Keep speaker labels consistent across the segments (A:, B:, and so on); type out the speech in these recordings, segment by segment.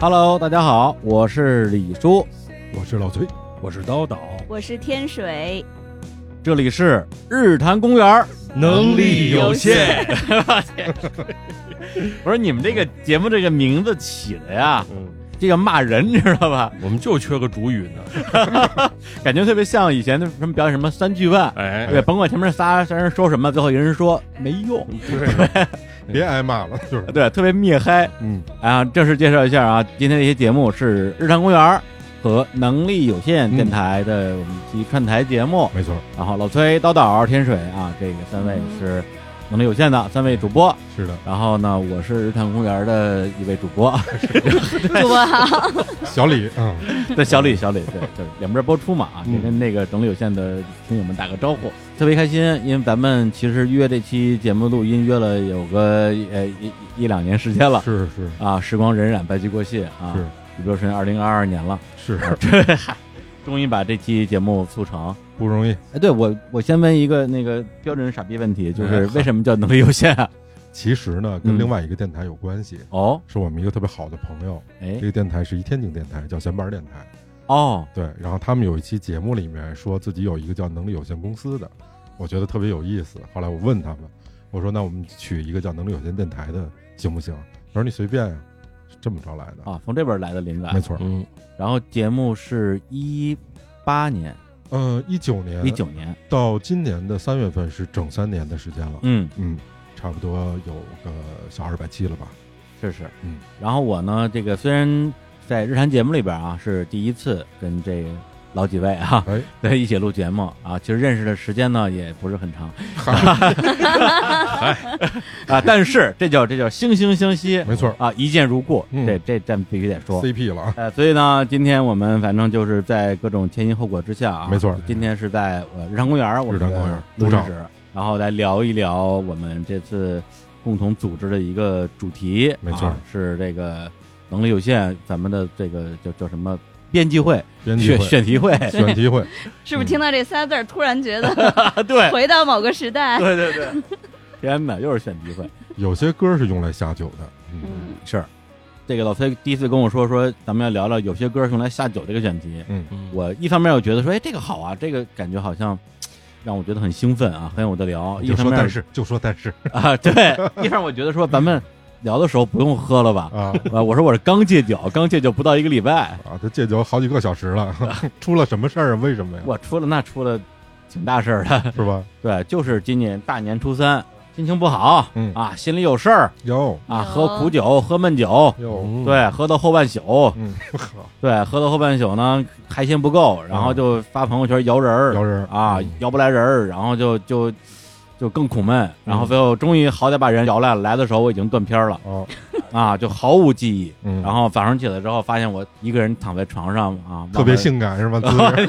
A: Hello，大家好，我是李叔，
B: 我是老崔，
C: 我是叨叨，
D: 我是天水，
A: 这里是日坛公园儿。
C: 能力有限。
A: 我说你们这个节目这个名字起的呀，
C: 嗯，
A: 这个骂人你知道吧？
C: 我们就缺个主语呢。
A: 感觉特别像以前的什么表演什么三句万，
C: 哎，
A: 对，甭管前面仨仨人说什么，最后一人说没用，
B: 对， 别挨骂了， 就是
A: 对，特别灭嗨。
B: 嗯，
A: 啊，正式介绍一下啊，今天这些节目是日坛公园儿和能力有限电台的我们及串台节目。
B: 没错，
A: 然后老崔、叨叨、天水啊，这个三位是能力有限的三位主播。
B: 是的，
A: 然后呢，我是日坛公园的一位主 播，
D: 主播好，
B: 小 李，嗯，
A: 对小李，小李，对，就是两边播出嘛啊，也
B: 嗯
A: 跟那个能力有限的听友们打个招呼，特别开心，因为咱们其实约这期节目录音约了有个呃一一一两年时间了
B: 是是
A: 啊，时光荏苒，白驹过隙啊，
B: 是
A: 一不留神，二零二二年了，
B: 是，
A: 终于把这期节目促成。
B: 不容易。
A: 哎，对我，我先问一个那个标准傻逼问题，就是
B: 哎好
A: 为什么叫能力有限啊？
B: 其实呢，
A: 嗯
B: 跟另外一个电台有关系，
A: 哦，
B: 是我们一个特别好的朋友，
A: 哎
B: 这，个电台是一天津电台，叫闲班电台。
A: 哦，
B: 对，然后他们有一期节目里面说自己有一个叫能力有限公司的，我觉得特别有意思。后来我问他们，我说那我们取一个叫能力有限电台的行不行？他说你随便呀，是这么着来的。
A: 啊，从这边来的灵感
B: 没。错，
C: 嗯，
A: 然后节目是一八年、
B: 嗯，一九年
A: 一九年，
B: 到今年的三月份是整三年的时间了，
A: 嗯，
B: 嗯，差不多有个小二百期了吧，
A: 是是，
B: 嗯。
A: 然后我呢，这个虽然在日常节目里边啊，是第一次跟这个老几位啊，
B: 哎，
A: 对一起录节目啊，其实认识的时间呢也不是很 长， 啊，但是这叫这叫惺惺相惜
B: 没错
A: 啊，一见如故，
B: 嗯
A: 这这咱必须得说。
B: ，CP 了啊，
A: 呃，所以呢，今天我们反正就是在各种前因后果之下啊，
B: 没错
A: 今天是在呃日常公园儿，我们
B: 日常公园儿
A: 的录
B: 主
A: 制
B: 场
A: 室，然后来聊一聊我们这次共同组织的一个主题，
B: 没错
A: 啊是这个能力有限，咱们的这个叫叫什么编辑会、
B: 编辑
A: 选
B: 会、
A: 选题会，
B: 选题会，
D: 是不是听到这仨字儿，突然觉得
A: 啊对
D: 回到某个时代？
A: 对对 对，天哪，又是选题会，
B: 有些歌是用来下酒的，嗯
D: 嗯，
A: 是这个老崔第一次跟我说说，咱们要聊聊有些歌是用来下酒这个选题，
B: 嗯，
A: 我一方面我觉得说，哎，这个好啊，这个感觉好像让我觉得很兴奋啊，很有的聊。一
B: 就
A: 方
B: 说
A: 面
B: 但是，就说但是
A: 啊，对，一方面我觉得说咱们聊的时候不用喝了吧。
B: 啊
A: 啊，我说我是刚戒酒，刚戒酒不到一个礼拜，
B: 啊，这戒酒好几个小时了，出了什么事儿啊？为什么呀？
A: 我出了那出了挺大事儿的。
B: 是吧？
A: 对，就是今年大年初三，心情不好，
B: 嗯
A: 啊，心里有事儿
B: 哟
A: 啊，
D: 有
A: 喝苦酒，喝闷酒，
B: 哟，
A: 嗯对，喝到后半宿，
B: 嗯，好，
A: 对，喝到后半宿呢，开心不够，然后就发朋友圈摇人儿，
B: 嗯摇人儿
A: 啊
B: 嗯，
A: 摇不来人儿，然后就就就更苦闷，然后
B: 嗯
A: 最后终于好歹把人摇来了，来的时候我已经断片儿了
B: 哦，
A: 啊，就毫无记忆。
B: 嗯，
A: 然后早上起来之后，发现我一个人躺在床上啊，
B: 特别
A: 幸
B: 性感是 吧？姿势，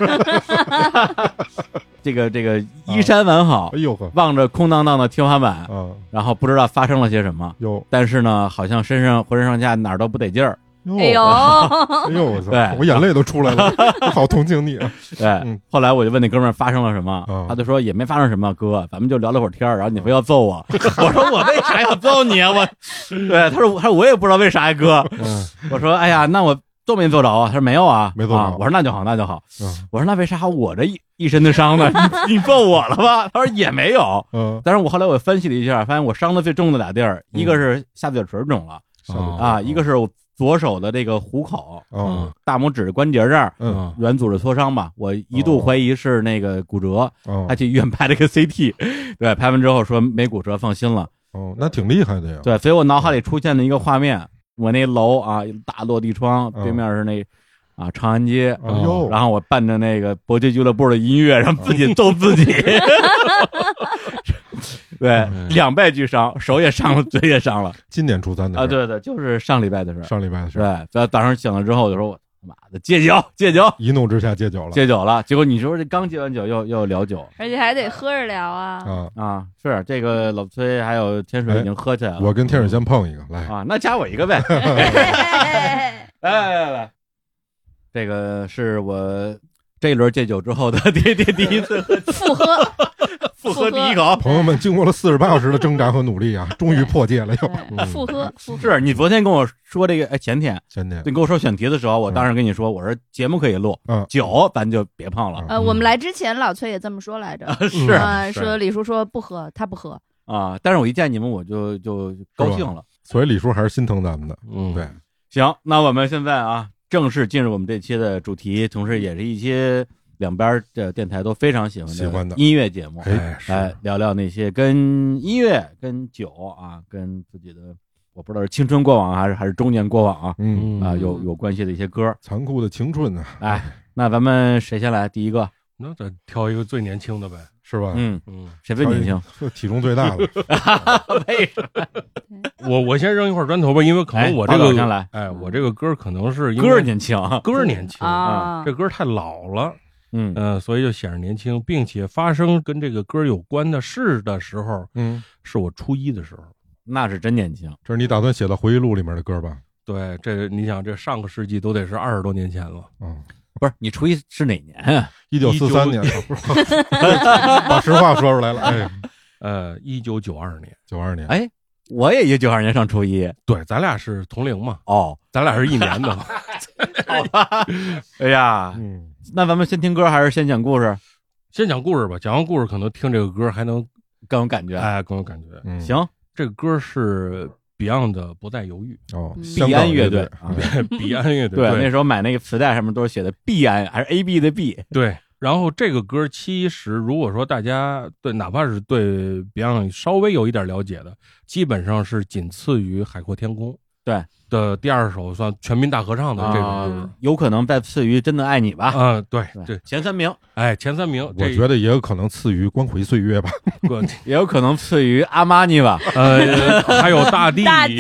A: 这个这个衣衫完好
B: 哎，呦呵，
A: 望着空荡荡的天花板，
B: 啊，
A: 然后不知道发生了些什么，
B: 哟
A: 但是呢，好像身上浑身上下哪儿都不得劲儿。
B: 哟，
D: 哎 呦，
B: 哎呦，我操
A: 对，
B: 我眼泪都出来 了，我好同情你啊，
A: 对
B: 嗯，
A: 后来我就问那哥们儿发生了什么
B: 嗯，
A: 他就说也没发生什么，哥，咱们就聊了会儿天儿，然后你非要揍 我，我说我为啥要揍你啊？我，对，他说我他说我也不知道为啥呀，哥，
B: 嗯
A: 我说哎呀，那我揍没揍着啊？他说没有啊，
B: 没揍着
A: 啊我说那就好，那就好。
B: 嗯
A: 我说那为啥我这一一身的伤呢？你你揍我了吧？他说也没有。
B: 嗯，
A: 但是我后来我分析了一下，发现我伤的最重的俩地儿，
B: 嗯
A: 一个是下嘴唇肿了
B: 上头
A: 啊，一个是我左手的这个虎口，
B: 哦，
A: 大拇指关节这儿，
B: 嗯
A: 软组织挫伤吧，我一度怀疑是那个骨折，
B: 哦
A: 还去医院拍了个 CT，对， 拍完之后说没骨折，放心了。
B: 哦，那挺厉害的呀，
A: 对，所以我脑海里出现了一个画面，我那楼啊，大落地窗，
B: 嗯
A: 对面是那啊长安街。
B: 哎呦，
A: 哦然后我伴着那个搏击俱乐部的音乐，然后自己揍 自己，对，
B: 嗯
A: 两败俱伤，手也伤了，嘴也伤了
B: 今年初三的
A: 啊！
B: 事
A: 对
B: 儿，
A: 对，就是上礼拜的事儿。
B: 上礼拜的事儿，
A: 对，早早上醒了之后，我就说我他妈的戒酒，戒酒，
B: 一怒之下戒酒了
A: 戒酒了，结果你说这刚戒完酒又又聊酒
D: 而且还得喝着聊啊！
B: 啊！
A: 啊？是这个老崔还有天水已经喝起来了、
B: 哎我跟天水先碰一个，来，
A: 啊，那加我一个 呗。来
D: 嘿
A: 来
D: 嘿
A: 来来，这 个是我这一轮戒酒之后的第第第一次
D: 嘿复喝，
A: 复合第一口。
B: 朋友们
A: 哎
B: 经过了四十八小时的挣扎和 努力啊，终于破戒了又。嗯
D: 对，复喝，复喝，
A: 是你昨天跟我说这个，哎，前天
B: 前天
A: 你跟我说选题的时候，我当时跟你说，我说节目可以录
B: 嗯，
A: 酒咱就别碰
B: 啊
A: 了，
D: 呃，我们来之前老崔也这么说来着，
B: 嗯
A: 是
D: 啊，
A: 是
D: 说李叔说不喝，他不喝，
A: 啊。但是我一见你们，我就就高兴了。
B: 所以李叔还是心疼咱们的。
C: 嗯，
B: 对，
A: 行，那我们现在啊，正式进入我们这期的主题，同时也是一些两边的电台都非常喜
B: 喜
A: 欢
B: 欢的
A: 音乐节目。啊
B: 哎，
A: 来
B: 是
A: 聊聊那些跟音乐、跟酒啊、跟自己的，我不知道是青春过往啊还是还是中年过往啊
B: 嗯，
C: 嗯
A: 啊有有关系的一些歌。
B: 残酷的青春啊，
A: 哎，那咱们谁先来？第一个，
C: 那咱挑一个最年轻的呗。
B: 是吧？
A: 嗯，
C: 嗯，
A: 谁最年轻？嗯
B: 这体重最 大的，
A: 为什么？
C: 我我先扔一块砖头吧，因为可能我这
A: 哎
C: 个
A: 大佬先来
C: 哎，我这个歌可能是因为
A: 歌儿年轻，
C: 歌儿年轻，
D: 啊，
C: 这歌儿太老了，
A: 嗯
C: 嗯，所以就显着年轻，并且发生跟这个歌儿有关的事的时候，
B: 嗯，
C: 是我初一的时候。
A: 那是真年轻。
B: 这是你打算写到回忆录里面的歌吧？
C: 对，这你想，这上个世纪都得是二十多年前了。
B: 嗯，
A: 不是你初一是哪年 啊？
B: 一九四三年，不是把实话说出来了。哎，
C: 呃，一九九二年，
B: 九二年，
A: 哎我也一九二年上初一
C: 对，咱俩是同龄嘛，
A: 哦。
C: 咱俩是一年 的嘛。
A: 哎呀，
B: 嗯，
A: 那咱们先听歌还是先讲故事
C: 先讲故事吧，讲完故事可能听这个歌还能
A: 更有感觉？
C: 哎更有感觉。
B: 嗯，
A: 行，
C: 这个歌是 Beyond 的《不再犹豫
B: 哦，
D: 嗯
B: 香
A: 必
B: 港
A: 安乐
B: 队
A: 队啊》，
C: 彼岸乐队
A: 对，那
C: 对
A: 时候买那个磁带上面都是写的 B 安还是 A B 的 B，
C: 对。然后这个歌其实，如果说大家对哪怕是对 Beyond 稍微有一点了解的，基本上是仅次于《海阔天空》
A: 对
C: 的第二首算全民大合唱的这
A: 啊
C: 个歌。
A: 有可能再次于《真的爱你》吧。
C: 嗯，对
A: 啊对
C: 对，，
A: 前三名
C: 哎，前三名，
B: 我
C: 这
B: 觉得也有可能次于《光辉岁月》吧。
C: 个
A: 也有可能次于阿玛尼 吧，
C: 呃，还有大地、
D: 大地，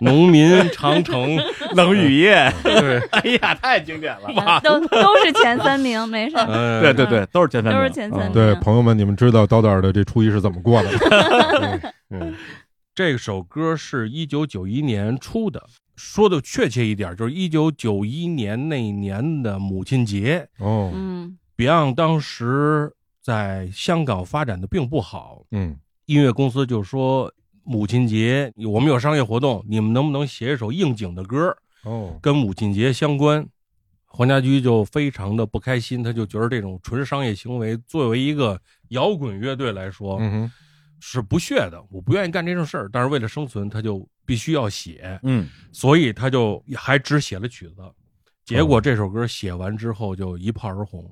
C: 农民、长城，
A: 冷雨夜，
C: 对，呃
A: 哎呀，太经典了
D: 都都是前三名，没事，
C: 呃，
A: 对对对，都是前三
D: 都
A: 名，
D: 是前三名。
B: 啊对，朋友们，你们知道刀导的这初一是怎么过的吗？
C: 嗯，这首歌是一九九一年出的，说的确切一点，就是一九九一年那年的母亲节
B: 哦，
D: 嗯，
C: ，Beyond 当时在香港发展的并不好，
B: 嗯
C: 音乐公司就说母亲节我们有商业活动，你们能不能写一首应景的歌，
B: 哦，
C: 跟母亲节相关？黄家驹就非常的不开心，他就觉得这种纯商业行为作为一个摇滚乐队来说，
B: 嗯
C: 是不屑的，我不愿意干这种事儿，但是为了生存，他就必须要写，
A: 嗯，
C: 所以他就还只写了曲子。结果这首歌写完之后就一炮而红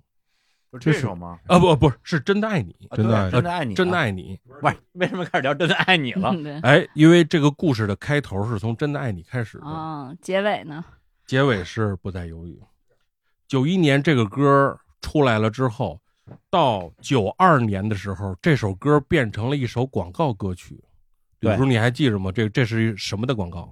A: 这首吗？
C: 啊！不不是，是真的爱你，
A: 啊
B: 真的
A: 对
B: 爱你
A: 真的爱你，
C: 真的。爱你。
A: 喂，为什么开始聊真的爱你了？
D: 对。
C: 哎，因为这个故事的开头是从真的爱你开始的，
D: 啊，结尾呢？
C: 结尾是不再犹豫。九一年这个歌出来了之后，到九二年的时候，这首歌变成了一首广告歌曲。
A: 对
C: 李叔，你还记着吗？这这是什么的广告？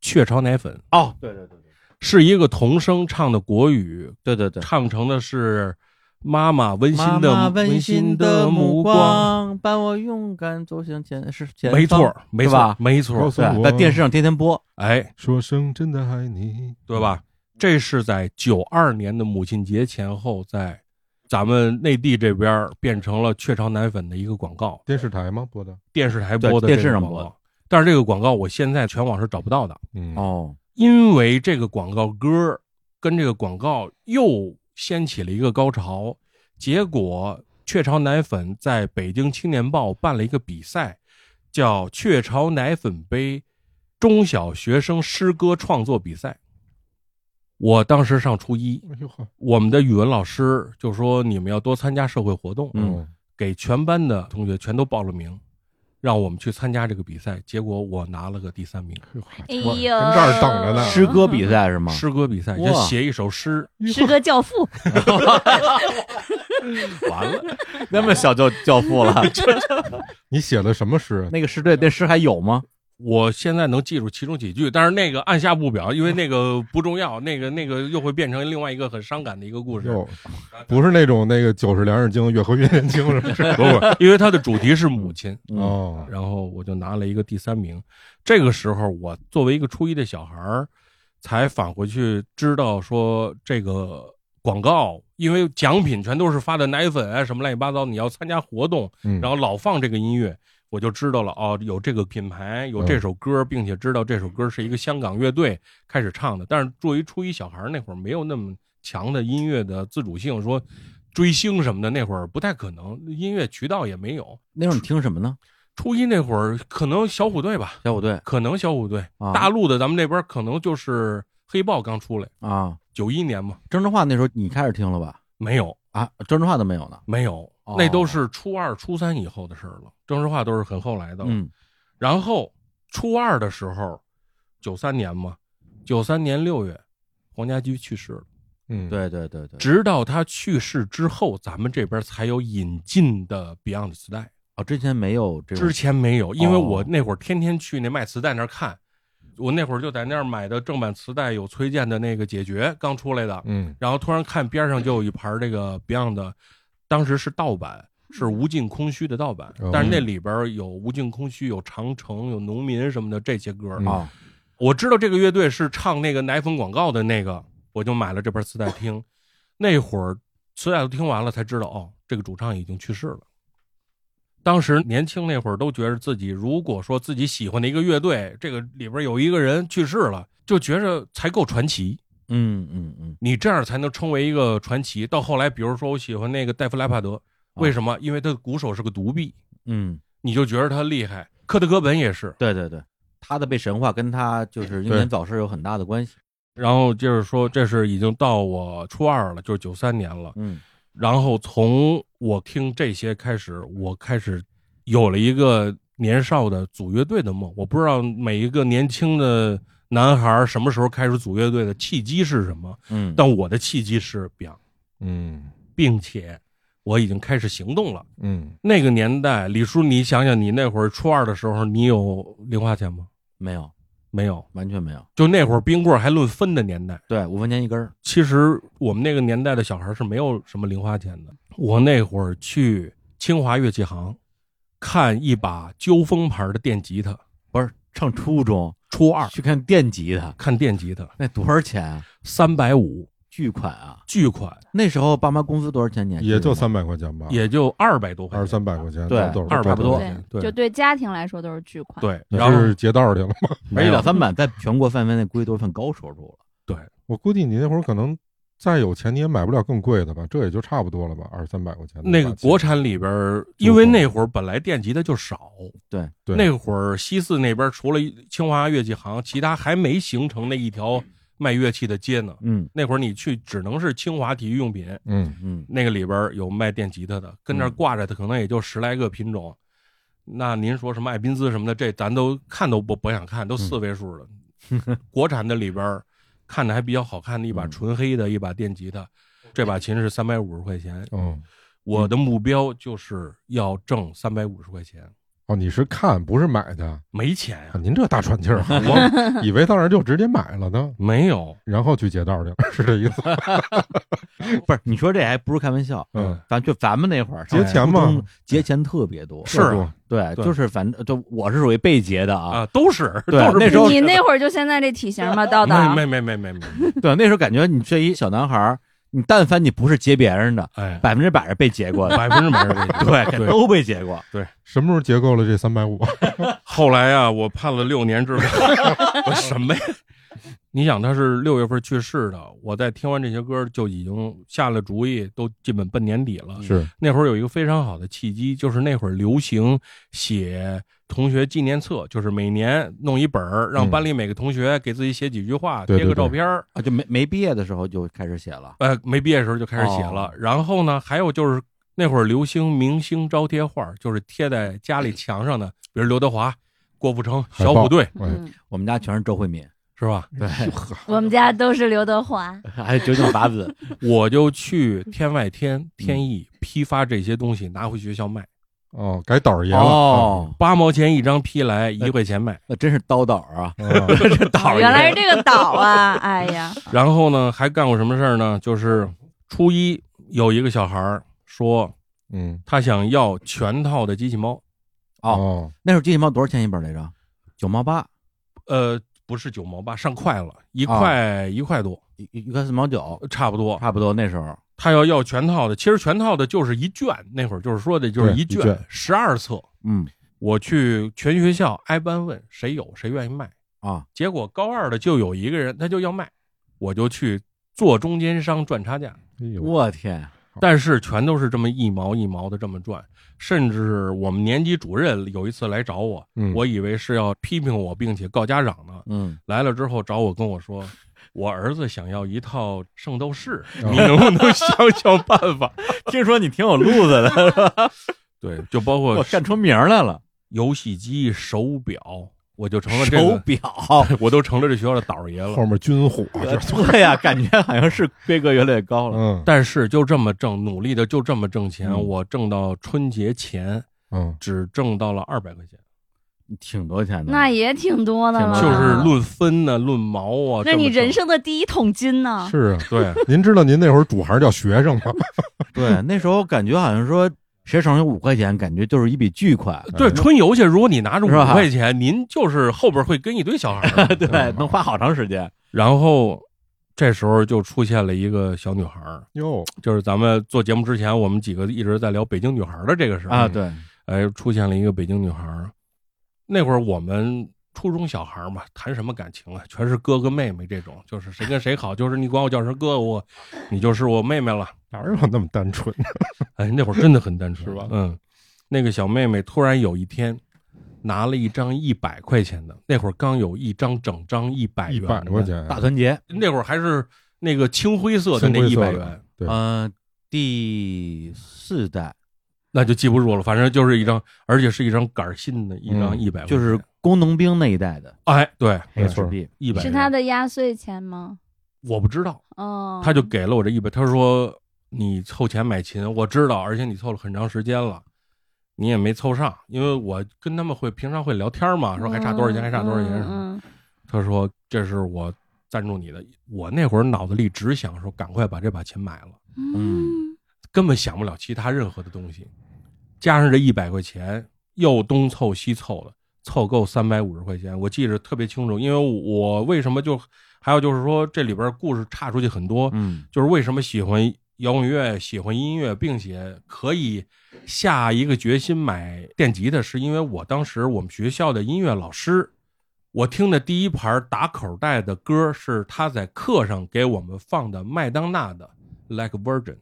C: 雀巢奶粉
A: 哦，对对对
C: 是一个童声唱的国语，
A: 对对对对。
C: 唱成的是妈妈温馨的
A: 妈妈温馨的
C: 目
A: 目光伴我勇敢走向前，是前
C: 没错
A: 方
C: 儿，没
A: 是
C: 错
A: 吧
C: 儿，没错
B: 告
C: 儿，
B: 诉我
A: 对，在电视上天天播。
C: 哎，
B: 说声真的爱你，
C: 对吧？这是在九二年的母亲节前后，在咱们内地这边儿变成了雀巢奶粉的一个广告，
B: 电视台吗播的？
C: 电视台
A: 对
C: 播的这个
A: 电视上
C: 广
A: 播
C: 告
A: 的
C: 但是这个广告我现在全网是找不到的，
B: 嗯，
A: 哦，
C: 因为这个广告歌儿跟这个广告又掀起了一个高潮，结果雀巢奶粉在北京青年报办了一个比赛，叫雀巢奶粉杯中小学生诗歌创作比赛。我当时上初一，
B: 哎呦呵，
C: 我们的语文老师就说你们要多参加社会活动，
A: 嗯
B: 哦，
C: 给全班的同学全都报了名，让我们去参加这个比赛。结果我拿了个第三名，
B: 哎呦呵
D: 哎
B: 我
D: 呦，
B: 跟这儿等着呢，
A: 诗歌比赛是吗？
C: 诗歌比赛
A: 哇
C: 就写一首诗，
D: 诗歌教父，
C: 完了，
A: 那么小就教父了，
B: 你写的什么诗？ 啊
A: 那个诗对那诗还有吗？
C: 我现在能记住其中几句，但是那个按下不表，因为那个不重要，那个那个又会变成另外一个很伤感的一个故事。
B: 哟，不是那种那个九十两日经，越喝越年轻，是不是？
C: 不不， 因为它的主题是母亲，
A: 嗯
B: 哦，
C: 然后我就拿了一个第三名。这个时候，我作为一个初一的小孩儿，才返回去知道说这个广告，因为奖品全都是发的奶粉啊什么乱七八糟，你要参加活动，
B: 嗯，
C: 然后老放这个音乐，我就知道了哦，有这个品牌，有嗯这首歌，并且知道这首歌是一个香港乐队开始唱的。但是作为初一小孩儿那会儿，没有那么强的音乐的自主性，说追星什么的，那会儿不太可能，音乐渠道也没有。
A: 那会儿你听什么呢？
C: 初一那会儿，可能小虎队吧，
A: 小虎队
C: 可能小虎队，
A: 啊
C: 大陆的咱们那边可能就是黑豹刚出来，
A: 啊，
C: 九一年嘛，
A: 郑智化那时候你开始听了吧？
C: 没有。
A: 啊，郑智化都没有呢。
C: 没有
A: 哦，
C: 那都是初二、初三以后的事儿了。郑智化都是很后来的了。
A: 嗯
C: 然后初二的时候，九三年嘛，九三年六月，黄家驹去世了。
B: 嗯，
A: 对对对对，
C: 直到他去世之后，咱们这边才有引进的 Beyond 磁带，
A: 哦，之前没有这种
C: 之前没有。因为
A: 哦
C: 我那会儿天天去那卖磁带那儿看，我那会儿就在那儿买的正版磁带，有崔健的那个《解决》刚出来的，
B: 嗯
C: 然后突然看边上就有一盘这个 Beyond 的，当时是盗版，是《无尽空虚》的盗版
B: 哦，
C: 但是那里边有《无尽空虚》、有《长城》、有《农民》什么的这些歌。
B: 嗯
A: 啊，
C: 我知道这个乐队是唱那个奶粉广告的那个，我就买了这盘磁带听。那会儿磁带都听完了，才知道哦，这个主唱已经去世了。当时年轻那会儿都觉得自己，如果说自己喜欢的一个乐队，这个里边有一个人去世了，就觉着才够传奇。
A: 嗯嗯嗯，
C: 你这样才能称为一个传奇。到后来，比如说我喜欢那个戴夫·莱帕德，为什么？因为他的鼓手是个独臂，
A: 嗯，
C: 你就觉得他厉害。科特·戈本也是。
A: 对对对，他的被神话跟他就是英年早逝有很大的关系。
C: 然后接着说，这是已经到我初二了，就是九三年了。
A: 嗯
C: 然后从我听这些开始，我开始有了一个年少的组乐队的梦。我不知道每一个年轻的男孩儿什么时候开始组乐队的契机是什么，
A: 嗯，
C: 但我的契机是 Beyond，
B: 嗯
C: 并且我已经开始行动了。
B: 嗯，
C: 那个年代，李叔，你想想，你那会儿初二的时候，你有零花钱吗？
A: 没有，
C: 没有，
A: 完全没有。
C: 就那会儿冰棍儿还论分的年代。
A: 对，五分钱一根儿。
C: 其实我们那个年代的小孩是没有什么零花钱的。我那会儿去清华乐器行看一把纠风牌的电吉他，
A: 不是上初中
C: 初二
A: 去看电吉他，
C: 看电吉他
A: 那多少钱啊？
C: 三百五，
A: 巨款啊！
C: 巨款
A: 那时候爸妈工资多少钱？
C: 哎
A: 啊你还记得
B: 也就
A: 吗
B: 三百块钱吧，
C: 也就二百多块
B: 二
C: 钱，
B: 三百块钱，
A: 对
B: 都
C: 二百
A: 差不多
D: 对
C: 对
D: 就对家庭来说都是巨款。，
C: 对，
B: 你
C: 然后
B: 是劫道去了吗？
A: 而
C: 没
A: 且
C: 有
A: 两三百在全国范围内估计都算高收入了。
B: 我估计你那会儿可能再有钱你也买不了更贵的吧，这也就差不多了吧，二三百块钱的
C: 那个
B: 大气
C: 国产里边儿，因为那会儿本来电吉他就少，
A: 对
B: 对
C: 那会儿西四那边除了清华乐器行，其他还没形成那一条卖乐器的街呢。
A: 嗯
C: 那会儿你去只能是清华体育用品
B: 嗯
A: 嗯，
C: 那个里边有卖电吉他的，跟那儿
A: 嗯
C: 挂着的可能也就十来个品种。那您说什么艾宾兹什么的，这咱都看都不不想看，都
A: 嗯
C: 四位数了。国产的里边儿看着还比较好看的一把
A: 嗯
C: 纯黑的一把电吉他，这把琴是三百五十块钱，
A: 哦
B: 嗯，
C: 我的目标就是要挣三百五十块钱，
B: 哦，你是看不是买的？
C: 没钱呀、
B: 啊您这大喘气儿， 我以为到那儿就直接买了呢，
C: 没有，
B: 然后去劫道去了，是这意思？
A: 嗯不是，你说这还不是开玩笑。
B: 嗯，
A: 咱就咱们那会儿
B: 节前嘛
A: 上初中节钱特别多。
C: 是啊
A: 对，
C: 对
A: 就是反正就我是属于被劫的啊。
C: 啊，都是
A: 对
C: 都是
A: 那时候
D: 你那会儿就现在这体型 嘛，到
A: 啊
D: 达
C: 没没没没没没，
A: 对，那时候感觉你这一小男孩儿，你但凡你不是劫别人的，
C: 哎，
A: 百分之百是被劫 过的。
C: 百分之百是这个
A: 对，
C: 对。
A: 都被劫过。
B: 什么时候结够了这三百五？
C: 后来啊，我判了六年之后， 我什么呀？你想他是六月份去世的，我在听完这些歌就已经下了主意，都基本奔年底了。
B: 是，
C: 那会儿有一个非常好的契机，就是那会儿流行写同学纪念册，就是每年弄一本儿，让
B: 嗯
C: 班里每个同学给自己写几句话，
B: 对对
C: 贴个
B: 对
C: 照片儿。
A: 啊，就没没毕业的时候就开始写了。
C: 呃，没毕业的时候就开始写了。
A: 哦
C: 然后呢，还有就是那会儿流行明星招贴画，就是贴在家里墙上的，比如刘德华、郭富城、
B: 海
C: 小
B: 报
C: 虎队，
B: 哎，
D: 嗯，
A: 我们家全是周慧敏，
C: 是吧？
A: 对，
D: 我们家都是刘德华，
A: 还有九九八子，
C: 我就去天外天、天意批发这些东西，拿回学校卖，
B: 哦，改倒儿爷了。
A: 哦，
C: 八毛钱一张批来，一块钱卖。
A: 那真是叨叨儿 啊，
B: 啊啊
A: 这叨儿
D: 原来是这个岛啊！哎 呀，
C: 然后呢，还干过什么事儿呢？就是初一有一个小孩儿说
B: 嗯，
C: 他想要全套的机器猫，
A: 哦。
B: 哦，
A: 那时候机器猫多少钱一本来着？九毛八
C: 呃，不是九毛八，上块了，一
A: 啊
C: 块、一块多。
A: 一一块四毛九，
C: 差不多。
A: 差不多那时候。
C: 他要要全套的，其实全套的就是一卷，那会儿就是说的就是
B: 对
C: 一
B: 一
C: 卷
B: 卷
C: 十二册。
A: 嗯
C: 我去全学校挨班问谁有谁愿意卖，
A: 啊，
C: 结果高二的就有一个人他就要卖，我就去做中间商赚差价，
B: 哎呦
A: 我天，
C: 但是全都是这么一毛一毛的这么赚，甚至我们年级主任有一次来找我，
B: 嗯
C: 我以为是要批评我并且告家长呢，
A: 嗯，
C: 来了之后找我跟我说。我儿子想要一套圣斗士，
B: 哦
C: 你能不能想想办法？
A: 听说你挺有路子的，
C: 对，就包
A: 我
C: 括
A: 干出名儿来了，
C: 游戏机、手表，我就成了这
A: 手
C: 个，
A: 表，
C: 我都成了这学校的倒爷了。
B: 后面军火，啊这
A: 对呀，感觉好像是规格越来越高了。
B: 嗯
C: 但是就这么挣，努力的就这么挣钱，
A: 嗯
C: 我挣到春节前
B: 嗯，
C: 只挣到了二百块钱，
A: 挺多钱的，
D: 那也挺多的
A: 啊
D: 了。啊
C: 就是论分呢、论毛啊。
D: 那你
C: 这么挣
D: 人生的第一桶金呢？
B: 是啊。
C: 对
B: 您知道您那会儿主行叫学生 吗？
A: 对那时候感觉好像说谁手上有五块钱，感觉就是一笔巨款，
C: 对春游去，如果你拿着五
A: 是吧
C: 块钱，您就是后边会跟一堆小孩儿。
A: 对，能花好长时间。
C: 然后这时候就出现了一个小女孩儿，
B: 哟，
C: 就是咱们做节目之前，我们几个一直在聊北京女孩儿的这个事儿
A: 啊，对，
C: 哎，出现了一个北京女孩儿。那会儿我们初中小孩儿嘛，谈什么感情啊？全是哥哥妹妹这种，就是谁跟谁好，就是你管我叫声哥，我你就是我妹妹了。
B: 哪有那么单纯？
C: 哎，那会儿真的很单纯，
B: 是吧
C: 嗯，那个小妹妹突然有一天拿了一张一百块钱的，那会儿刚有一张整张一百
B: 一
C: 元，
B: 百多块，钱，
A: 大团结，
C: 那会儿还是那个青灰色的那一
B: 青
C: 百
B: 灰色的
C: 元，啊
B: 对
A: 嗯，第四代
C: 那就记不住了，反正就是一张，而且是一张杆儿信的一张
B: 嗯啊
C: 一百、
A: 就是工农兵那一代的
C: 哎，对，
B: 没
A: 纸
B: 错，
A: 币，
C: 一百
D: 是他的压岁钱吗？
C: 我不知道，
D: 哦，
C: 他就给了我这一百，他说你凑钱买琴，我知道，而且你凑了很长时间了，你也没凑上，因为我跟他们会平常会聊天嘛，说还差多少钱，还差多少钱什么。
D: 嗯，嗯
C: 他说这是我赞助你的，我那会儿脑子里只想说赶快把这把琴买了，
A: 嗯
D: 嗯，
C: 根本想不了其他任何的东西，加上这一百块钱，又东凑西凑的，凑够三百五十块钱，我记着特别清楚，因为我为什么就还有就是说这里边故事岔出去很多，
A: 嗯，
C: 就是为什么喜欢摇滚乐、喜欢音乐，并且可以下一个决心买电吉他，是因为我当时我们学校的音乐老师，我听的第一盘打口袋的歌是他在课上给我们放的麦当娜的《Like a Virgin》，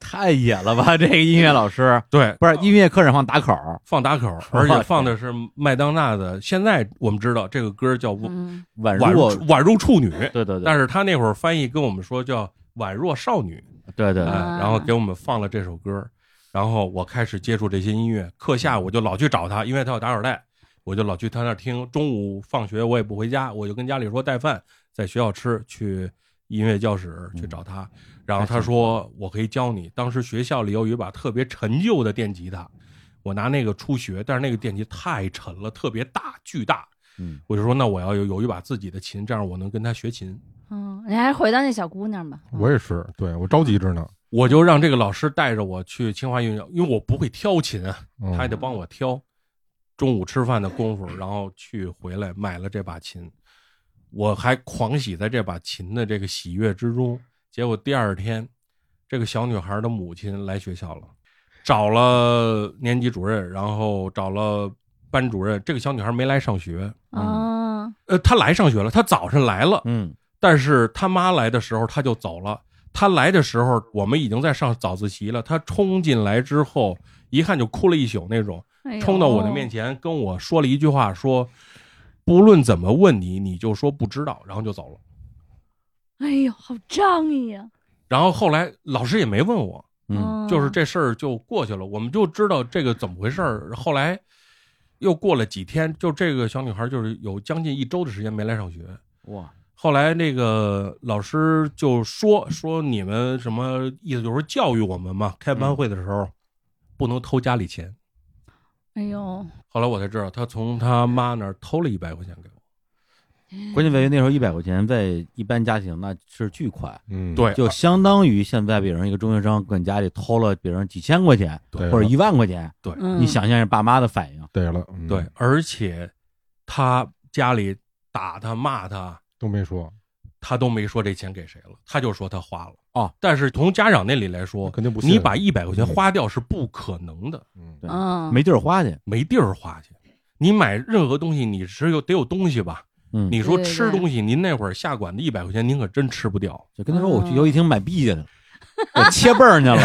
A: 太野了吧？这个音乐老师
C: 对，
A: 不是音乐课上放打口儿，
C: 放打口，而且放的是麦当娜的。现在我们知道这个歌叫《
D: 嗯
A: 宛
C: 宛
A: 若
C: 如宛如处女》，
A: 对对对，
C: 但是他那会儿翻译跟我们说叫宛若少女。
A: 对对
C: 哎
A: 对，
D: 啊
C: 然后给我们放了这首歌，然后我开始接触这些音乐。课下我就老去找他，因为他有打口袋，我就老去他那儿听。中午放学我也不回家，我就跟家里说带饭，在学校吃，去音乐教室去找他。然后他说我可以教你。当时学校里有一把特别陈旧的电吉他，我拿那个初学，但是那个电吉太沉了，特别大，巨大。
A: 嗯，
C: 我就说那我要有有一把自己的琴，这样我能跟他学琴。
D: 嗯，你还是回到那小姑娘吧。
B: 我也是，对我着急着呢。
C: 我就让这个老师带着我去清华音乐，因为我不会挑琴啊，
B: 嗯
C: 他还得帮我挑。中午吃饭的功夫，然后去回来买了这把琴，我还狂喜在这把琴的这个喜悦之中。结果第二天，这个小女孩的母亲来学校了，找了年级主任，然后找了班主任。这个小女孩没来上学，
D: 啊，
C: 呃，她来上学了，她早上来了，
A: 嗯
C: 但是他妈来的时候他就走了。他来的时候，我们已经在上早自习了。他冲进来之后，一看就哭了一宿那种，
D: 哎呦
C: 冲到我的面前跟我说了一句话，说：“不论怎么问你，你就说不知道。”然后就走了。
D: 哎呦，好仗义啊呀！
C: 然后后来老师也没问我，
A: 嗯，
C: 就是这事儿就过去了，我们就知道这个怎么回事儿。后来又过了几天，就这个小女孩就是有将近一周的时间没来上学。
A: 嗯哇，
C: 后来那个老师就说说你们什么意思，就是教育我们嘛。开
B: 嗯
C: 班会的时候、不能偷家里钱。
D: 哎呦，
C: 后来我才知道，他从他妈那儿偷了一百块钱给我。
A: 关键在于那时候一百块钱在一般家庭那是巨款，
B: 嗯，
C: 对，
A: 就相当于现在比如一个中学生跟家里偷了比如几千块钱
B: 对
A: 或者一万块钱，
D: 嗯
A: 你想象一下爸妈的反应，
B: 对了，嗯
C: 对，而且他家里打他骂他，
B: 都没说，
C: 他都没说这钱给谁了，他就说他花了
A: 哦。
C: 但是从家长那里来说，
B: 肯定不信
C: 哦你把一百块钱花掉是不可能的，
B: 嗯
A: 对
D: 嗯，
A: 没地儿花去，
C: 没地儿花去。你买任何东西，你是有得有东西吧？
A: 嗯，
C: 你说
D: 对对
C: 吃
D: 对
C: 东西，您那会儿下馆子一百块钱，您可真吃不掉。
A: 就跟他说我去
D: 嗯
A: 游戏厅买币去了，我切泵儿去 了，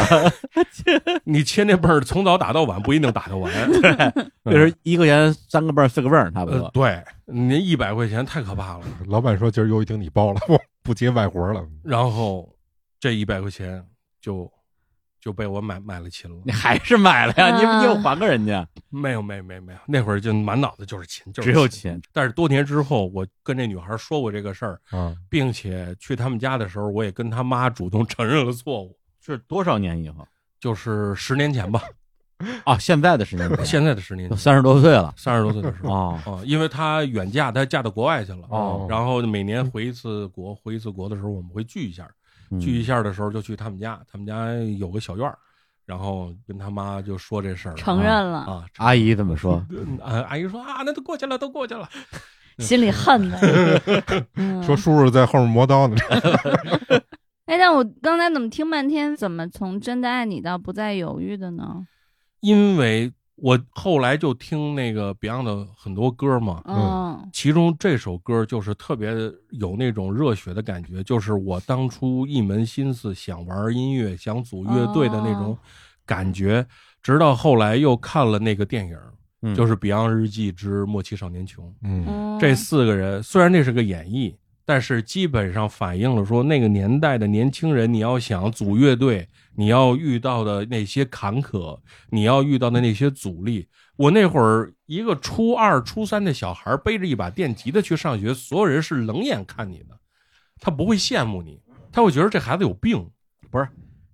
C: 你切那辈儿从早打到晚，不一定打得完。
A: 那是一块钱三个泵儿四个泵儿差不
C: 呃，
A: 多，
C: 对，您一百块钱太可怕了。
B: 老板说今儿游戏厅你包了， 我不接外活了。
C: 然后这一百块钱就就被我买买了琴了
A: 你。还是买了呀？你
D: 啊
A: 你又还给人家，
C: 没有，没有，没有，没有。那会儿就满脑子就是琴，就是嗯
A: 只有
C: 琴。
A: 钱，
C: 但是多年之后，我跟这女孩说过这个事儿，
B: 啊，
C: 并且去他们家的时候，我也跟他妈主动承认了错误，
A: 是多少年以后
C: 就是十年前吧，
A: 啊？现在的时间
C: 现在的十年
A: 都
C: 前，
A: 三十多岁了
C: 三十多岁的时候。
A: 哦
C: 啊，因为她远嫁，她嫁到国外去了。
A: 哦
C: 然后每年回一次国，回一次国的时候，我们会聚一下。
A: 嗯
C: 聚一下的时候，就去他们家，他们家有个小院儿，然后跟他妈就说这事儿了。
D: 承认了，
C: 啊，
A: 阿姨怎么 说？
C: 嗯啊，阿姨说啊，那都过去了，都过去了。嗯
D: 心里恨 的。嗯
B: 说叔叔在后面磨刀呢，
D: 哎，但我刚才怎么听半天，怎么从真的爱你到不再犹豫的呢？
C: 因为我后来就听那个 Beyond 的很多歌嘛，
D: 嗯
C: 其中这首歌就是特别有那种热血的感觉，就是我当初一门心思想玩音乐、想组乐队的那种
D: 哦
C: 感觉。直到后来又看了那个电影，
A: 嗯
C: 就是《Beyond 日记之莫欺少年穷》，
B: 嗯，
D: 嗯，
C: 这四个人虽然这是个演绎，但是基本上反映了说那个年代的年轻人，你要想组乐队，你要遇到的那些坎坷，你要遇到的那些阻力。我那会儿一个初二、初三的小孩背着一把电吉他去上学，所有人是冷眼看你的，他不会羡慕你，他会觉得这孩子有病。